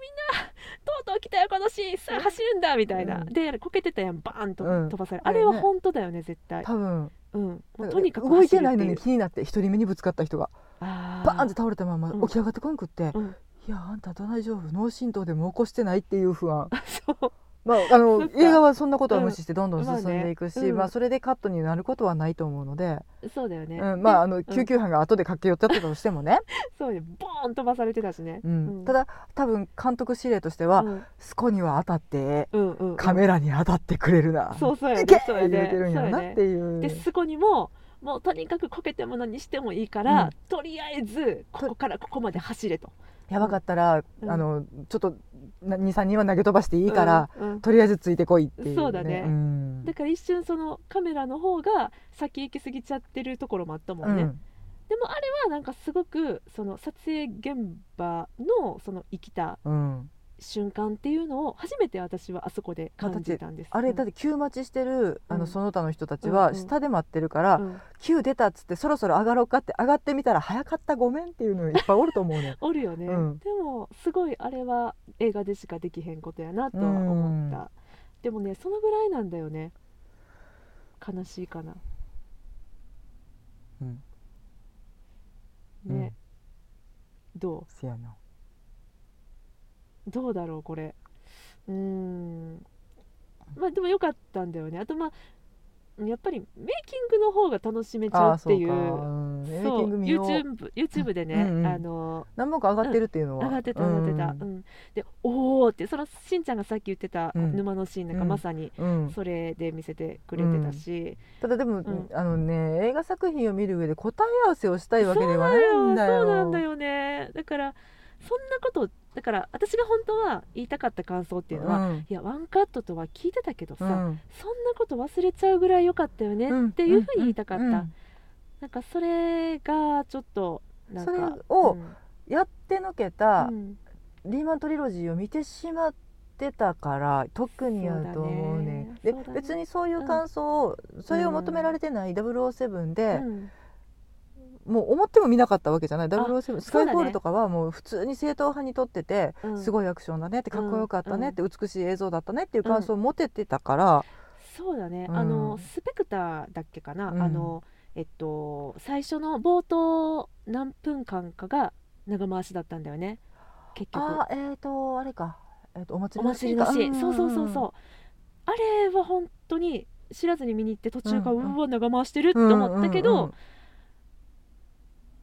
Speaker 1: みんなとうとう来たよこのシーンさあ走るんだみたいな、
Speaker 2: うん
Speaker 1: でこけてたやんバーンと
Speaker 2: うん
Speaker 1: 飛ばされる、
Speaker 2: だ
Speaker 1: あ
Speaker 2: よね
Speaker 1: れは本当だよね絶対、
Speaker 2: 多分
Speaker 1: うん、もうとにかく
Speaker 2: 動い
Speaker 1: 走
Speaker 2: て
Speaker 1: るっ
Speaker 2: ないの
Speaker 1: ていう
Speaker 2: に気になって一人目にぶつかった人が
Speaker 1: あー
Speaker 2: バーンって倒れたまま
Speaker 1: うん
Speaker 2: 起き上がってこんくって、
Speaker 1: うん
Speaker 2: いやあんた大丈夫脳震盪でも起こしてないっていう不安
Speaker 1: あ そう
Speaker 2: まあ、あ
Speaker 1: そっ
Speaker 2: の
Speaker 1: か
Speaker 2: 映画はそんなことは無視してどんどん
Speaker 1: まあね
Speaker 2: 進んでいくし、
Speaker 1: うん
Speaker 2: まあ、それでカットになることはないと思うので、
Speaker 1: そうだよね、
Speaker 2: うん、まああ
Speaker 1: で
Speaker 2: の救急班が後で駆け寄っちゃったとしてもね、
Speaker 1: そうねボーン飛ばされてたしね、
Speaker 2: うん
Speaker 1: うん
Speaker 2: ただ多分監督指令としては、
Speaker 1: うん
Speaker 2: スコには当たって
Speaker 1: うんうんうん
Speaker 2: カメラに当たってくれるな、
Speaker 1: そうそうや
Speaker 2: いけ
Speaker 1: ねそうや
Speaker 2: 言う
Speaker 1: ね
Speaker 2: てるんやろなっていう。
Speaker 1: でそこにももうとにかくこけても何してもいいから、
Speaker 2: うん
Speaker 1: とりあえずここからここまで走れと。
Speaker 2: やばかったら、
Speaker 1: うん
Speaker 2: あのちょっと23人は投げ飛ばしていいから、
Speaker 1: うんうん
Speaker 2: とりあえずついてこいっていう、
Speaker 1: そうだね
Speaker 2: ん
Speaker 1: だから一瞬そのカメラの方が先行き過ぎちゃってるところもあったもんね、
Speaker 2: うん
Speaker 1: ででもあれはなんかすごくその撮影現場のその生きた
Speaker 2: うん、
Speaker 1: 瞬間っていうのを初めて私はあそこで感じたんです。
Speaker 2: あれだ
Speaker 1: っ
Speaker 2: って急待ちしてるあ
Speaker 1: う
Speaker 2: の
Speaker 1: ん
Speaker 2: その他の人たち
Speaker 1: う
Speaker 2: は
Speaker 1: んうん
Speaker 2: 下で待ってるから急出たっつってそろそろ上がろうかって上がってみたら早かったごめんっていうのいっぱいおると思うね
Speaker 1: おるよね、
Speaker 2: うん
Speaker 1: でもすごいあれは映画でしかできへんことやなとは思った、でもねそのぐらいなんだよね悲しいかな
Speaker 2: うん
Speaker 1: ね、ど
Speaker 2: せやな
Speaker 1: うどうだろうこれうーんまあでもよかったんだよねあとまあやっぱりメイキングの方が楽しめちゃうっていう
Speaker 2: あーそうかうんエイテ
Speaker 1: そ
Speaker 2: ィング
Speaker 1: う
Speaker 2: 見よう
Speaker 1: YouTube, YouTube でね、
Speaker 2: うんうん
Speaker 1: あの
Speaker 2: 何本か上がってるっていうのは、
Speaker 1: 上がってた上がってた、うんでおおってそのしんちゃんがさっき言ってた
Speaker 2: うん
Speaker 1: 沼のシーンなんか
Speaker 2: うん
Speaker 1: まさに
Speaker 2: うんうん
Speaker 1: それで見せてくれてたし、
Speaker 2: ただでも、
Speaker 1: ん
Speaker 2: あのね映画作品を見る上で答え合わせをしたいわけではないんだよ
Speaker 1: そうなんだよねだからそんなことだから私が本当は言いたかった感想っていうのは、
Speaker 2: うん
Speaker 1: いやワンカットとは聞いてたけどさ、
Speaker 2: うん
Speaker 1: そんなこと忘れちゃうぐらい良かったよね
Speaker 2: うん
Speaker 1: っていうふうに言いたかった、
Speaker 2: うんうん
Speaker 1: なんかそれがちょっとなんか
Speaker 2: それを
Speaker 1: うん
Speaker 2: やってのけた、
Speaker 1: うん
Speaker 2: リーマントリロジーを見てしまってたから特にやと思うね
Speaker 1: そうだね
Speaker 2: で
Speaker 1: そうだね
Speaker 2: 別にそういう感想を、それを求められてない007で、
Speaker 1: うん
Speaker 2: もう思っても見なかったわけじゃない007ス
Speaker 1: そう
Speaker 2: カイフォ
Speaker 1: だ
Speaker 2: ー
Speaker 1: ね
Speaker 2: ルとかはもう普通に正統派に撮ってて、
Speaker 1: うん
Speaker 2: すごいアクションだねってかっこよかったねって、美しい映像だったねっていう感想を持ててたから、
Speaker 1: そうだね、
Speaker 2: うん
Speaker 1: あのスペクターだっけかな、
Speaker 2: うん
Speaker 1: あのえっと最初の冒頭何分間かが長回しだったんだよね結局
Speaker 2: あーえーとあれか、えー、とお祭
Speaker 1: お
Speaker 2: りのシ
Speaker 1: 祭
Speaker 2: ー
Speaker 1: り
Speaker 2: ン
Speaker 1: の
Speaker 2: か
Speaker 1: シーン、そうそうそう
Speaker 2: うん
Speaker 1: そうあれは本当に知らずに見に行って途中から、う
Speaker 2: うんうん
Speaker 1: わ長回してるって
Speaker 2: うんうんうん
Speaker 1: 思ったけど、
Speaker 2: うんうん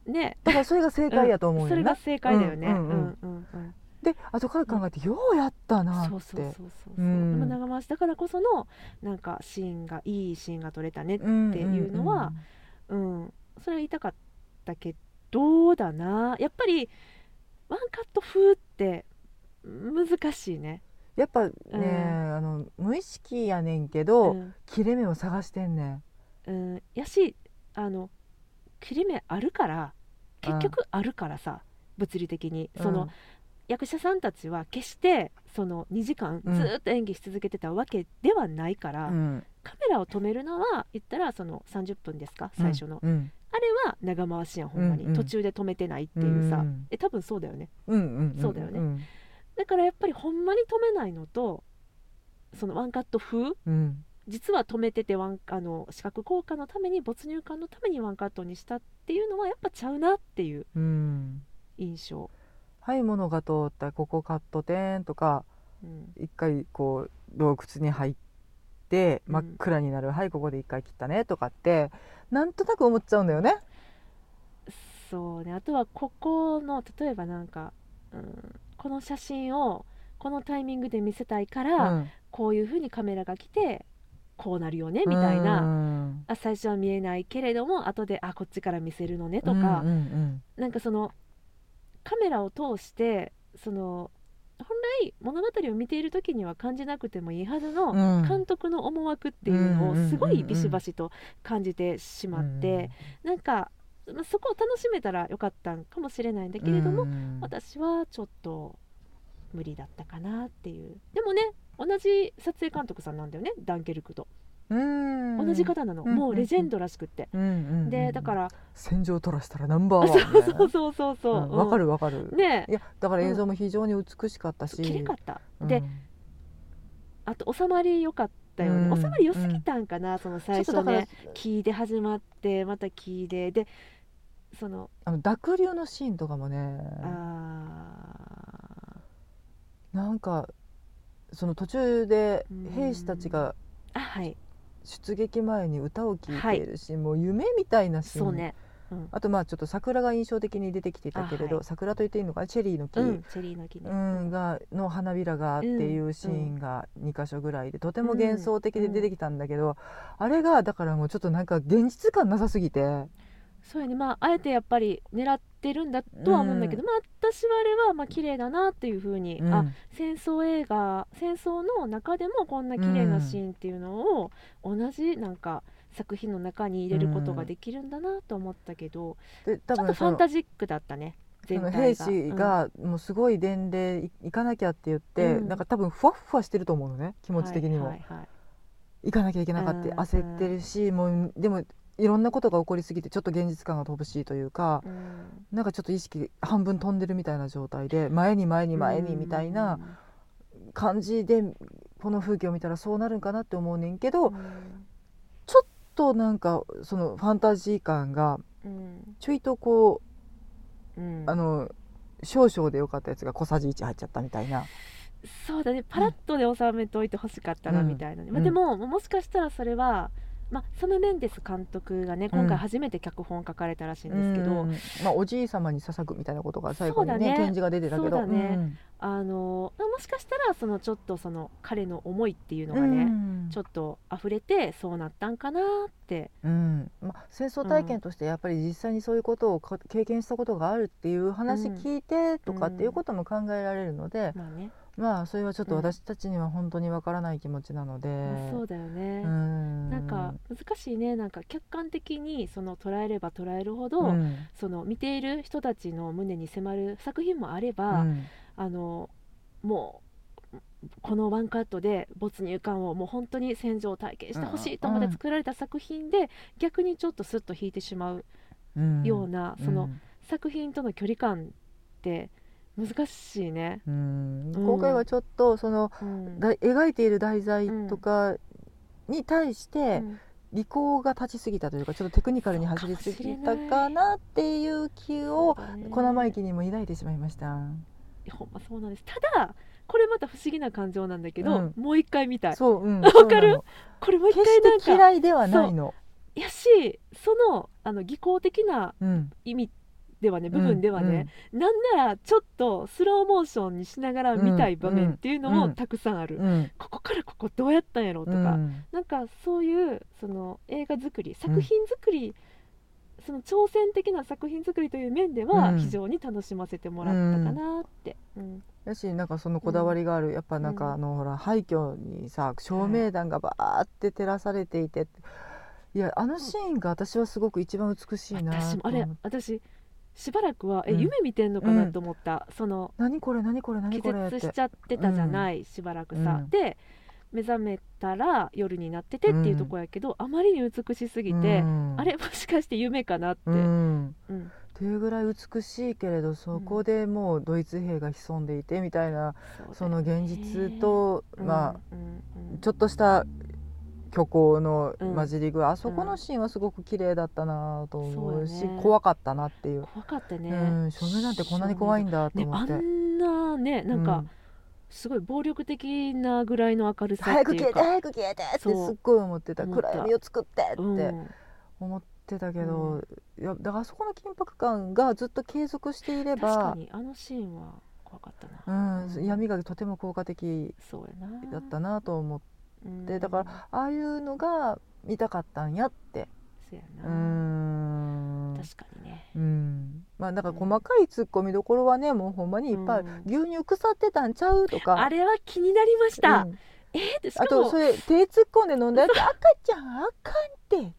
Speaker 1: ね
Speaker 2: だからそれが正解やと思う
Speaker 1: そ
Speaker 2: よ
Speaker 1: れ
Speaker 2: ね、
Speaker 1: が正解だよね、う
Speaker 2: うん
Speaker 1: う
Speaker 2: んうんん
Speaker 1: う
Speaker 2: うんん
Speaker 1: うん
Speaker 2: で後から考えて、ようやったなって
Speaker 1: そうそうそうそうそう、
Speaker 2: うん
Speaker 1: でも長回しだからこそのなんかシーンがいいシーンが撮れたね
Speaker 2: って
Speaker 1: いうのはうん、それは言いたかったけどだなやっぱりワンカット風って難しいね。
Speaker 2: やっぱね、
Speaker 1: うん
Speaker 2: あの無意識やねんけ
Speaker 1: う
Speaker 2: ど、
Speaker 1: ん
Speaker 2: 切れ目を探してんねん
Speaker 1: うん、やしあの切れ目あるから結局あるからさ、物理的にその、、役者さんたちは決してその2時間ず
Speaker 2: うん
Speaker 1: ーっと演技し続けてたわけではないから、
Speaker 2: うんうん
Speaker 1: カメラを止めるのは言ったらその30分ですか最初の、
Speaker 2: うん
Speaker 1: あれは長回しやんほんまに、
Speaker 2: うんうん
Speaker 1: 途中で止めてないっていうさ、
Speaker 2: うん
Speaker 1: え多分そうだよね
Speaker 2: うんうんん
Speaker 1: そうだよね
Speaker 2: ん
Speaker 1: だからやっぱりほんまに止めないのとそのワンカット風
Speaker 2: うん
Speaker 1: 実は止めててワンあの視覚効果のために没入感のためにワンカットにしたっていうのはやっぱちゃうなっていう
Speaker 2: うん
Speaker 1: 印象、
Speaker 2: はい物が通ったここカット点とか
Speaker 1: うん
Speaker 2: 一回こう洞窟に入って
Speaker 1: うん
Speaker 2: 真っ暗になる、はいここで一回切ったねとかってなんとなく思っちゃうんだよね。
Speaker 1: そうねあとはここの例えばなんか、うん、この写真をこのタイミングで見せたいから、
Speaker 2: うん
Speaker 1: こういう風にカメラが来てこうなるよねみたいな、
Speaker 2: うん
Speaker 1: あ最初は見えないけれども後であこっちから見せるのねとか、
Speaker 2: うんうん
Speaker 1: なんかそのカメラを通してその本来物語を見ている時には感じなくてもいいはず
Speaker 2: う
Speaker 1: の
Speaker 2: ん
Speaker 1: 監督の思惑っていうのを
Speaker 2: うんうんうんうん
Speaker 1: すごいビシバシと感じてしまって、なんかまあそこを楽しめたらよかったんかもしれないんだけれども、
Speaker 2: うん
Speaker 1: 私はちょっと無理だったかなっていうでもね同じ撮影監督さんなんだよねダンケルクと
Speaker 2: うん
Speaker 1: 同じ方なの、
Speaker 2: うんうんうん
Speaker 1: もうレジェンドらしくって、
Speaker 2: うんうんうん
Speaker 1: でだから、
Speaker 2: 戦場取らしたらナンバーワンみたいな
Speaker 1: そう そうそうそうう、
Speaker 2: んわか
Speaker 1: る
Speaker 2: るわかる、
Speaker 1: ね
Speaker 2: いやだから映像も非常に美しかったし、
Speaker 1: 綺麗かった、
Speaker 2: うん
Speaker 1: であと収まり良かったよね、
Speaker 2: うん
Speaker 1: 収まり良すぎたんかな、その最
Speaker 2: ちょ
Speaker 1: 初
Speaker 2: っとだ
Speaker 1: ね
Speaker 2: から
Speaker 1: 聞いで始まってまた聞いででその
Speaker 2: あの濁流のシーンとかもね
Speaker 1: あ
Speaker 2: なんかその途中で兵士たちが
Speaker 1: ーあはい
Speaker 2: 出撃前に歌を聴いているし、もう夢みたいなシーン
Speaker 1: そうねうん、
Speaker 2: あとまあちょっと桜が印象的に出てきてたけれど、
Speaker 1: あは
Speaker 2: 桜と言っていいのかなチェリーの木、
Speaker 1: うん、チェリーの木ね、
Speaker 2: うん、がの花びらがっていうシーンが2箇所ぐらいでとても幻想的で出てきたんだけど、あれがだからもうちょっとなんか現実感なさすぎて、
Speaker 1: そうやねまああえてやっぱり狙ってるんだとは思うんだけど、
Speaker 2: う
Speaker 1: まあ私はあれはまあ綺麗だなっていうふうに、
Speaker 2: うん
Speaker 1: あ戦争映画戦争の中でもこんな綺麗なシーンっていうのを同じなんか作品の中に入れることができるんだなと思ったけど、
Speaker 2: で多
Speaker 1: ちょっ
Speaker 2: 分
Speaker 1: とフ
Speaker 2: そ
Speaker 1: ァン
Speaker 2: の
Speaker 1: タジックだったね
Speaker 2: そ
Speaker 1: 全
Speaker 2: の
Speaker 1: 体が
Speaker 2: 兵士がもうすごい伝令い行かなきゃって言って、
Speaker 1: うん
Speaker 2: なんか多分ふわっふわしてると思うのね気
Speaker 1: 気
Speaker 2: 持ち的にも、
Speaker 1: はいはいはい
Speaker 2: 行かなきゃいけなかって
Speaker 1: うん
Speaker 2: 焦ってるし、もうでもいろんなことが起こりすぎてちょっと現実感が乏しいというか、
Speaker 1: うん
Speaker 2: なんかちょっと意識半分飛んでるみたいな状態で前に前に前にみたいな感じでこの風景を見たらそうなるんかなって思うねんけど、
Speaker 1: うん
Speaker 2: となんかそのファンタジー感が
Speaker 1: うん
Speaker 2: ちょいとこ
Speaker 1: うん
Speaker 2: うあの少々でよかったやつが小さじ1入っちゃったみたいな。
Speaker 1: そうだねパラッとで収めておいてほしかったな
Speaker 2: うん
Speaker 1: みたいなね、
Speaker 2: うん
Speaker 1: まあ、でも、もしかしたらそれは、まあ、サム・メンデス監督がね今
Speaker 2: うん
Speaker 1: 回初めて脚本書かれたらしいんですけど、
Speaker 2: うんまあ、おじい様に捧ぐみたいなことが最後にね
Speaker 1: そうだね
Speaker 2: 展示が出てたけど
Speaker 1: そうだねあのまあもしかしたらそのちょっとその彼の思いっていうの
Speaker 2: う
Speaker 1: が
Speaker 2: ん
Speaker 1: ね、
Speaker 2: うん
Speaker 1: ちょっと溢れてそうなったんかなって、
Speaker 2: うんまあ、戦争体験としてやっぱり実際にそういうことをか経験したことがあるっていう話
Speaker 1: うん
Speaker 2: 聞いてとかっていうことも考えられるので、
Speaker 1: まあね、
Speaker 2: まあそれはちょっと
Speaker 1: うん
Speaker 2: 私たちには本当にわからない気持ちなので、
Speaker 1: まあそうだよね、
Speaker 2: うん
Speaker 1: なんか難しいねなんか客観的にその捉えれば捉えるほど、
Speaker 2: うん
Speaker 1: その見ている人たちの胸に迫る作品もあれば、
Speaker 2: うん
Speaker 1: あのもうこのワンカットで没入感をもう本当に戦場を体験してほしいとまで作られた作品で、逆にちょっとスッと引いてしまう
Speaker 2: うん
Speaker 1: ような、その
Speaker 2: ん
Speaker 1: 作品との距離感って難しいね。
Speaker 2: うん
Speaker 1: うん
Speaker 2: 今回はちょっとその
Speaker 1: うん
Speaker 2: だ描いている題材とかに対して、
Speaker 1: うん
Speaker 2: 利口が立ちすぎたというかちょっとテクニカルに走りすぎたかなっていう気を小生意気にも抱いてしまいました。
Speaker 1: ほんまそうなんですただこれまた不思議な感情なんだけど、
Speaker 2: うん
Speaker 1: もう一回見たい
Speaker 2: そう、うん、
Speaker 1: わかる
Speaker 2: そうなの
Speaker 1: これもう一
Speaker 2: 決
Speaker 1: 回なん
Speaker 2: して
Speaker 1: か
Speaker 2: 嫌いではないの。
Speaker 1: やしそのあの技巧的な
Speaker 2: うん、
Speaker 1: 意味ではね部分ではね、なんならちょっとスローモーションにしながら見たい場面っていうの
Speaker 2: う
Speaker 1: も
Speaker 2: ん
Speaker 1: たくさんある、
Speaker 2: うん、うん、
Speaker 1: ここからここどうやったんやろうと
Speaker 2: う
Speaker 1: か、
Speaker 2: ん、
Speaker 1: なんかそういうその映画作り作品作り、その挑戦的な作品作りという面で
Speaker 2: う
Speaker 1: は
Speaker 2: ん
Speaker 1: 非常に楽しませてもらったかなって、うん
Speaker 2: やしなんかそのこだわりがある、やっぱなんかあの、ほら廃墟にさ照明弾がバーって照らされていて、い、やあのシーンが私はすごく一番美しいな
Speaker 1: 私も
Speaker 2: と
Speaker 1: あれ
Speaker 2: 思って
Speaker 1: 私しばらくは、
Speaker 2: うん
Speaker 1: え夢見てんのかなと思った、その
Speaker 2: 何これ何これ何
Speaker 1: 気
Speaker 2: これっ
Speaker 1: 絶
Speaker 2: て
Speaker 1: しちゃってたじゃない、しばらくさ、
Speaker 2: うん
Speaker 1: で目覚めたら夜になっててっていうとこやけど、あまりに美しすぎて、
Speaker 2: うん
Speaker 1: あれもしかして夢かなって、
Speaker 2: う
Speaker 1: うん
Speaker 2: んっていうぐらい美しいけれどそこでもうドイツ兵が潜んでいてみたいな、その現実、と、
Speaker 1: そうだよね
Speaker 2: ま
Speaker 1: うんうんう
Speaker 2: あ
Speaker 1: ん
Speaker 2: ちょっとした虚構の
Speaker 1: うん
Speaker 2: 混じり具合、あそこのシーンはすごく綺麗だったなと思うし、
Speaker 1: そうよね
Speaker 2: 怖かったなっていう、
Speaker 1: 怖かったね、
Speaker 2: うん、照明なんてこんなに怖いんだと
Speaker 1: ね
Speaker 2: 思
Speaker 1: あ
Speaker 2: って、
Speaker 1: んなねなん
Speaker 2: う
Speaker 1: かすごい暴力的なぐらいの明るさ
Speaker 2: 早
Speaker 1: って
Speaker 2: く
Speaker 1: い
Speaker 2: 消
Speaker 1: う
Speaker 2: えて
Speaker 1: か、
Speaker 2: 早く消えてってす
Speaker 1: そう
Speaker 2: っごい思ってた
Speaker 1: 思った
Speaker 2: 暗闇を作ってって。
Speaker 1: うん
Speaker 2: 思ってたけど、いやだからあそこの緊迫感がずっと継続していれ
Speaker 1: 確か
Speaker 2: ば、
Speaker 1: にあのシーンは怖かった
Speaker 2: う
Speaker 1: な、
Speaker 2: ん、闇がとても効果的
Speaker 1: そうやな
Speaker 2: だったなと思って
Speaker 1: うん
Speaker 2: だからああいうのが見たかったんやって
Speaker 1: そうや
Speaker 2: うー
Speaker 1: な、
Speaker 2: ん
Speaker 1: 確かにね
Speaker 2: うんまあなんか細かいツッコミどころはねもうほんまにいっぱいある、牛乳腐ってたんちゃうとか
Speaker 1: あれは気になりました、
Speaker 2: うん
Speaker 1: えーってしか
Speaker 2: あ
Speaker 1: も
Speaker 2: とそ
Speaker 1: 思っ
Speaker 2: れ手突っ込んで飲 んだやつ赤ちゃんあかんって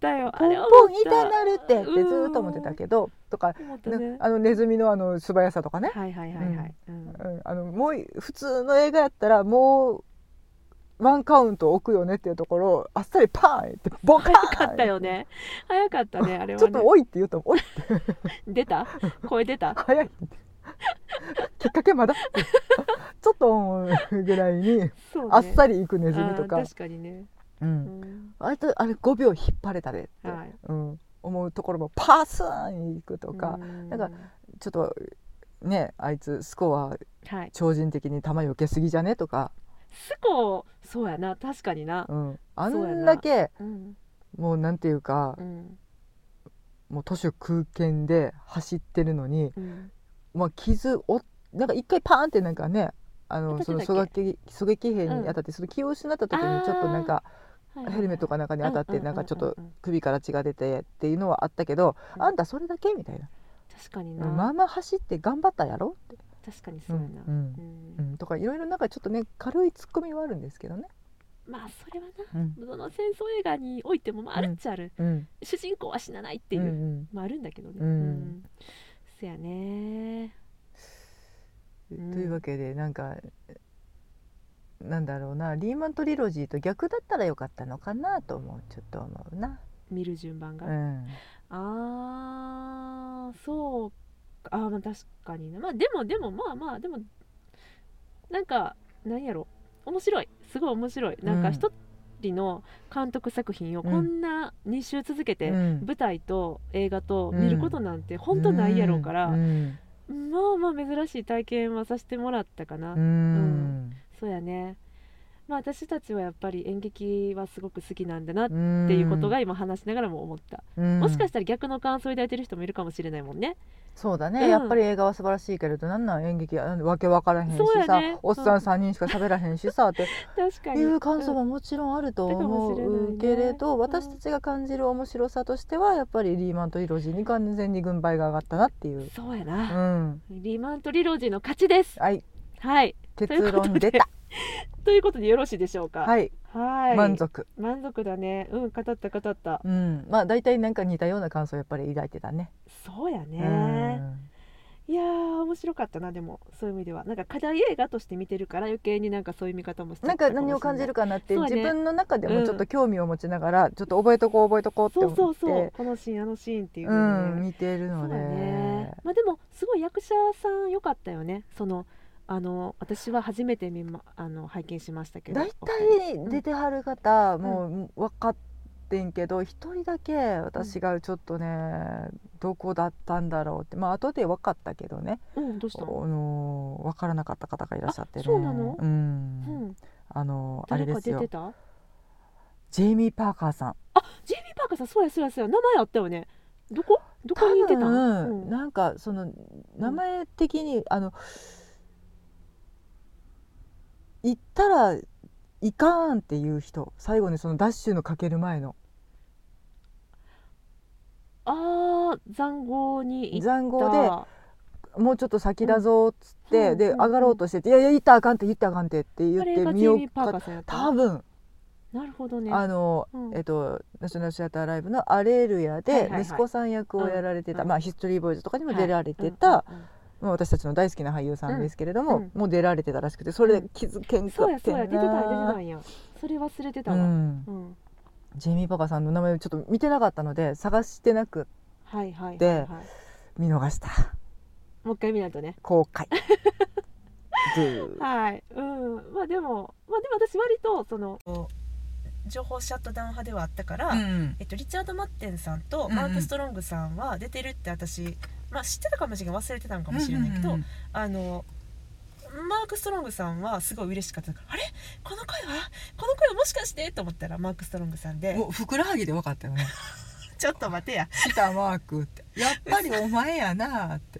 Speaker 1: たよあ
Speaker 2: ポン
Speaker 1: れは
Speaker 2: ポ
Speaker 1: 思
Speaker 2: ン
Speaker 1: った
Speaker 2: 痛なるってってず
Speaker 1: うん
Speaker 2: ーっと思ってたけどとか、
Speaker 1: 思った
Speaker 2: な
Speaker 1: ね
Speaker 2: あのネズミのあの素早さとかね、
Speaker 1: はいはいはいはい、うん
Speaker 2: うん、あのもうい普通の映画やったらもうワンカウント置くよねっていうところをあっさりパーンってボカーン
Speaker 1: 早かったよね早かったねあれ
Speaker 2: ちょ
Speaker 1: は
Speaker 2: っ
Speaker 1: ね
Speaker 2: と多いって言うとおい
Speaker 1: 出 た声出た
Speaker 2: 早いきっかけまだちょっと思うぐらいに、
Speaker 1: そうね
Speaker 2: あっさり行くネズミと
Speaker 1: あ
Speaker 2: か
Speaker 1: ー、確かにね、
Speaker 2: う、
Speaker 1: うんん、
Speaker 2: あれとあれ5秒引っ張れたでって、
Speaker 1: はい
Speaker 2: うん、思うところもパスーン行くとか、なんかちょっとねあいつスコア
Speaker 1: はい
Speaker 2: 超人的に球避けすぎじゃねとか、
Speaker 1: スコそうやな確かにな
Speaker 2: うん、あ
Speaker 1: そうや
Speaker 2: ん
Speaker 1: な
Speaker 2: だけ
Speaker 1: うん
Speaker 2: もうなんていうか
Speaker 1: う、ん
Speaker 2: もう徒手空拳で走ってるのに、
Speaker 1: うん
Speaker 2: まあ、傷をなんか一回パーンってなんかねあの
Speaker 1: 当
Speaker 2: そ
Speaker 1: たっ
Speaker 2: の
Speaker 1: て
Speaker 2: 狙
Speaker 1: たっ
Speaker 2: 撃狙撃兵に当たって、その気を失った時にちょっとなんか
Speaker 1: はいはい
Speaker 2: ヘルメットかなんかに当たって
Speaker 1: うんうん
Speaker 2: なんかちょっと
Speaker 1: うんうん
Speaker 2: 首から血が出てっていうのはあったけど、
Speaker 1: うん
Speaker 2: あんたそれだけみたいな、
Speaker 1: 確かにな、
Speaker 2: まあまあ走って頑張ったやろって、
Speaker 1: 確かにそうやな、
Speaker 2: うん
Speaker 1: うん
Speaker 2: うん、とかいろいろなんかちょっとね軽いツッコミはあるんですけどね。
Speaker 1: まあそれはな
Speaker 2: うん
Speaker 1: どの戦争映画においても、まあ、あるっちゃある、
Speaker 2: うん
Speaker 1: 主人公は死なないっていうう、
Speaker 2: んうん
Speaker 1: まああるんだけどね、
Speaker 2: うん
Speaker 1: そやね
Speaker 2: というわけでなんかなんだろうなリーマントリロジーと逆だったらよかったのかなと思うちょっと思うな。
Speaker 1: 見る順番
Speaker 2: う
Speaker 1: が、
Speaker 2: ん
Speaker 1: あーそうかあーまあ確かになまあでもでもまあまあでもなんかなんやろ面白いすごい面白いなん
Speaker 2: う
Speaker 1: か
Speaker 2: ん
Speaker 1: 一人の監督作品を
Speaker 2: うん
Speaker 1: こんな2週続けて、
Speaker 2: うん
Speaker 1: 舞台と映画と見ることなんて本当ないやろうから、
Speaker 2: うん
Speaker 1: まあまあ珍しい体験はさせてもらったかな、
Speaker 2: うんうん
Speaker 1: そうやねまあ私たちはやっぱり演劇はすごく好きなんだなっ
Speaker 2: うん
Speaker 1: ていうことが今話しながらも思った、
Speaker 2: うん
Speaker 1: もしかしたら逆の感想を抱いてる人もいるかもしれないもんね
Speaker 2: そうだ
Speaker 1: う
Speaker 2: ね
Speaker 1: ん
Speaker 2: やっぱり映画は素晴らしいけれどなんなん演劇はわけわからへんし
Speaker 1: そう
Speaker 2: さ
Speaker 1: やね
Speaker 2: おっさん3人しか喋らへんしさって
Speaker 1: 確かに
Speaker 2: いう感想ももちろんあると思うけれど、
Speaker 1: うんだかもしれないね、
Speaker 2: 私たちが感じる面白さとしてはやっぱりリーマンとイロジーに完全に軍配が上がったなっていううん
Speaker 1: そうや
Speaker 2: う
Speaker 1: な、
Speaker 2: ん、
Speaker 1: リーマントリロジーの勝ちです
Speaker 2: はい
Speaker 1: はいという
Speaker 2: 結
Speaker 1: こと
Speaker 2: 論
Speaker 1: で
Speaker 2: 出た
Speaker 1: ということでよろしいでしょうか
Speaker 2: はい、
Speaker 1: はい
Speaker 2: 満足
Speaker 1: 満足だねうん語った語った
Speaker 2: うんまあ大体なんか似たような感想をやっぱり抱いてたね
Speaker 1: そうやね、
Speaker 2: うん
Speaker 1: いやー面白かったなでもそういう意味ではなんか課題映画として見てるから余計になんかそういう見方もして
Speaker 2: なんか何を感じるかなって、
Speaker 1: そうね
Speaker 2: 自分の中でもちょっと興味を持ちながら、ちょっと覚えとこう覚えとこうって
Speaker 1: そう
Speaker 2: 思って
Speaker 1: そうそうこのシーンあのシーンっていう
Speaker 2: う
Speaker 1: 風に
Speaker 2: ん
Speaker 1: ね
Speaker 2: 見てる
Speaker 1: そ
Speaker 2: の
Speaker 1: う
Speaker 2: で
Speaker 1: だねまあでもすごい役者さん良かったよねそのあの私は初めて見、ま、あの拝見しましたけど
Speaker 2: 大
Speaker 1: お二人
Speaker 2: 体出てはる方、もう分かってんけど一人だけ私がちょっとね、どこだったんだろうってまあ後で分かったけどね、
Speaker 1: うんどうした
Speaker 2: あ
Speaker 1: の
Speaker 2: の分からなかった方がいらっしゃってね
Speaker 1: あそうなの
Speaker 2: う
Speaker 1: う
Speaker 2: ん
Speaker 1: ん
Speaker 2: あのあれ
Speaker 1: 誰
Speaker 2: で
Speaker 1: か
Speaker 2: す
Speaker 1: 出
Speaker 2: よ
Speaker 1: てた
Speaker 2: ジェイミー・パーカーさん
Speaker 1: ジェイミー・パーカーさんそうやそうやそうや名前あったよねどこどこにいてた
Speaker 2: 多
Speaker 1: の
Speaker 2: 分
Speaker 1: うん
Speaker 2: なんかその名前的に、あの行ったらいかんっていう人最後にそのダッシュのかける前の
Speaker 1: あー塹壕に行っ
Speaker 2: 残
Speaker 1: た
Speaker 2: 壕でもうちょっと先だぞっつっ
Speaker 1: うん
Speaker 2: て、
Speaker 1: うん
Speaker 2: で
Speaker 1: うん
Speaker 2: 上がろうとしてて「いやいや行ったらあかんって行ったらあかんって」って言
Speaker 1: あ
Speaker 2: っ
Speaker 1: れ
Speaker 2: て
Speaker 1: がジ
Speaker 2: 見
Speaker 1: ェイ
Speaker 2: よ
Speaker 1: ミー・パーカ
Speaker 2: か
Speaker 1: ーさんやった
Speaker 2: 多分
Speaker 1: なるほどね
Speaker 2: あの、
Speaker 1: うん
Speaker 2: えっとナショナルシアターライブの「アレルヤ」
Speaker 1: はいは
Speaker 2: で
Speaker 1: いはい
Speaker 2: 息子さん役をやられてた、
Speaker 1: うん
Speaker 2: まあヒストリーボーイズとかにも出られてた、
Speaker 1: はいうんうんうん
Speaker 2: まあ、私たちの大好きな俳優さんですけれども、
Speaker 1: うん
Speaker 2: もう出られてたらしくてそれで気づけんか
Speaker 1: そうや
Speaker 2: って
Speaker 1: そ
Speaker 2: ん
Speaker 1: うや
Speaker 2: な
Speaker 1: 出てたんや出てたんやそれ忘れてた
Speaker 2: う
Speaker 1: わ
Speaker 2: ん
Speaker 1: う、ん
Speaker 2: ジェイミー・パーカーさんの名前をちょっと見てなかったので探してなく
Speaker 1: はいはいはいは
Speaker 2: で
Speaker 1: い
Speaker 2: 見逃した
Speaker 1: もう一回見ないとね
Speaker 2: 後 悔ずー
Speaker 1: はいうんまあでもまあでも私割とその情報シャットダウン派ではあったから、
Speaker 2: うん
Speaker 1: えっと、リチャード・マッテンさんと
Speaker 2: んうん
Speaker 1: マーク・ストロングさんは出てるって私、まあ、知ってたかもしれない忘れてたのかもしれないけど、
Speaker 2: うんうん
Speaker 1: あのマーク・ストロングさんはすごい嬉しかったからあれこの声はこの声はもしかしてと思ったらマーク・ストロングさん
Speaker 2: うん
Speaker 1: で
Speaker 2: もうふくらはぎで分かっ たよね
Speaker 1: 「ちょっと待てや
Speaker 2: 「たマーク」って「やっぱりお前やな」って、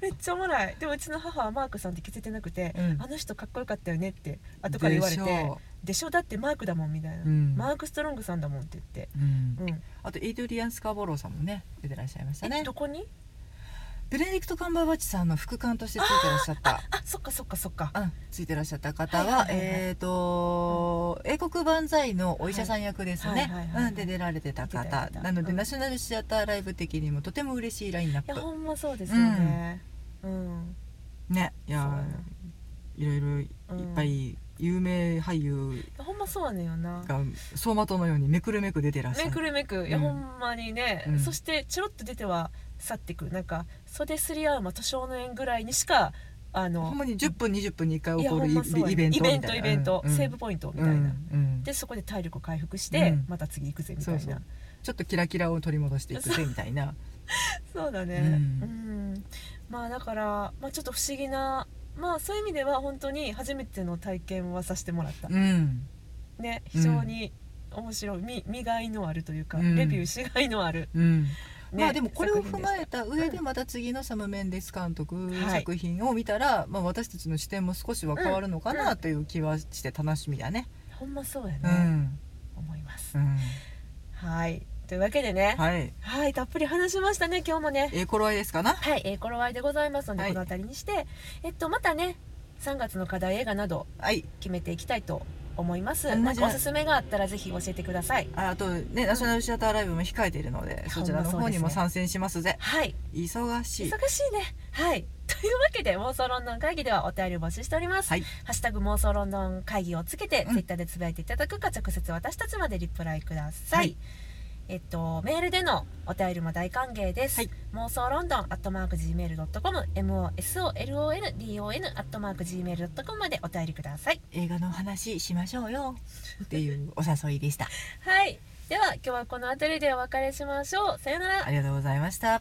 Speaker 1: めっちゃおもろい」でもうちの母はマークさんって気づいてなくて
Speaker 2: う
Speaker 1: 「
Speaker 2: ん
Speaker 1: あの人かっこよかったよね」って後から言われて
Speaker 2: でしょ
Speaker 1: 「でしょだってマークだもん」みたいな、
Speaker 2: ううん
Speaker 1: マーク・ストロングさんだもん」って言って。
Speaker 2: うん
Speaker 1: うん
Speaker 2: あとエイドリアン・スカーボローさんもね出てらっしゃいました
Speaker 1: え
Speaker 2: ね
Speaker 1: どこに
Speaker 2: ベネディクト・カンバーバッチさんの副官としてついてらっしゃった
Speaker 1: あそっかそっかそっか
Speaker 2: うん、ついてらっしゃった方は、
Speaker 1: はいはいはいはい
Speaker 2: えっ、と、英国万歳のお医者さん役です
Speaker 1: はいはい
Speaker 2: ね。
Speaker 1: はいはい
Speaker 2: うん、で出られてた
Speaker 1: 出てら
Speaker 2: 方
Speaker 1: れ、た
Speaker 2: なので、
Speaker 1: うん
Speaker 2: ナショナルシアターライブ的にもとても嬉しいラインナッ
Speaker 1: いや
Speaker 2: プ。
Speaker 1: ほんまそうですよねうん、
Speaker 2: ね、い
Speaker 1: そう
Speaker 2: や
Speaker 1: やね
Speaker 2: ー、いろいろいっ
Speaker 1: うん
Speaker 2: ぱい有名俳優
Speaker 1: ほんまそうやねんよな
Speaker 2: が走馬灯のようにめくるめく出てらっしゃ
Speaker 1: めく
Speaker 2: る。
Speaker 1: るめくいや、
Speaker 2: うん
Speaker 1: ほんまにね、
Speaker 2: うん
Speaker 1: そしてちょろっと出ては去ってくなんか袖すり合う間と小の縁ぐらいにしかあの
Speaker 2: ほんまに10分20分に1回
Speaker 1: い
Speaker 2: 起
Speaker 1: や
Speaker 2: こ
Speaker 1: ほ
Speaker 2: る
Speaker 1: ん
Speaker 2: イ
Speaker 1: まそうやね
Speaker 2: イベント
Speaker 1: イ
Speaker 2: みた
Speaker 1: ベント
Speaker 2: いな。
Speaker 1: イベント、
Speaker 2: うん
Speaker 1: セーブポイントみ
Speaker 2: う
Speaker 1: たいな、
Speaker 2: んうん
Speaker 1: でそこで体力を回復して、
Speaker 2: うん
Speaker 1: また次行くぜみた
Speaker 2: そ
Speaker 1: いな
Speaker 2: う
Speaker 1: そ
Speaker 2: そうう。ちょっとキラキラを取り戻していくぜみたいな。
Speaker 1: だねう
Speaker 2: うん
Speaker 1: ん、まあだから、まあ、ちょっと不思議なまあそういう意味では本当に初めての体験はさせてもらった、
Speaker 2: うん。
Speaker 1: ね非常に面白い見見がいのあるというか、
Speaker 2: うん
Speaker 1: レビューしがいのある、
Speaker 2: うん。
Speaker 1: ね、
Speaker 2: まあでもこれを踏
Speaker 1: 作
Speaker 2: ま
Speaker 1: 品でし
Speaker 2: えた上で
Speaker 1: う
Speaker 2: また次のサム・メンデス監督
Speaker 1: はい
Speaker 2: 作品を見たら、まあ、私たちの視点も少しは変わるのかなという気はして楽しみだね。
Speaker 1: たほんまそうやね、
Speaker 2: うん
Speaker 1: 思います
Speaker 2: う、ん
Speaker 1: はいというわけでねはい、
Speaker 2: はい、
Speaker 1: たっぷり話しましたね今日もね
Speaker 2: えー、頃合いですかな
Speaker 1: はいえー、頃合いでございますので、
Speaker 2: はい
Speaker 1: この辺りにしてえっとまたね3月の課題映画など
Speaker 2: はい、
Speaker 1: 決めていきたいと思います、
Speaker 2: うん
Speaker 1: なんかおすすめがあったらぜひ教えてください
Speaker 2: ああとねナショナルシアターライブも控えているのでそちらの
Speaker 1: ほんまそ
Speaker 2: 方
Speaker 1: うで
Speaker 2: に
Speaker 1: すね
Speaker 2: も参戦しますぜ
Speaker 1: はい
Speaker 2: 忙
Speaker 1: 忙しい
Speaker 2: しい
Speaker 1: ねはい というわけで妄想ロンドン会議ではお便りを募集しております、
Speaker 2: はい
Speaker 1: ハッシュタグ妄想ロンドン会議をつけて、
Speaker 2: うん
Speaker 1: ツイッターでつぶやいていただくか直接私たちまでリプライください、
Speaker 2: はい
Speaker 1: えっと、メールでのお便りも大歓迎です、
Speaker 2: はい
Speaker 1: 妄想ロンドンアットマーク Gmail.com MOSOLONDON アットマーク Gmail.com までお便りください
Speaker 2: 映画の話しましょうよっていうお誘いでした
Speaker 1: はいでは今日はこの辺りでお別れしましょうさよなら
Speaker 2: ありがとうございました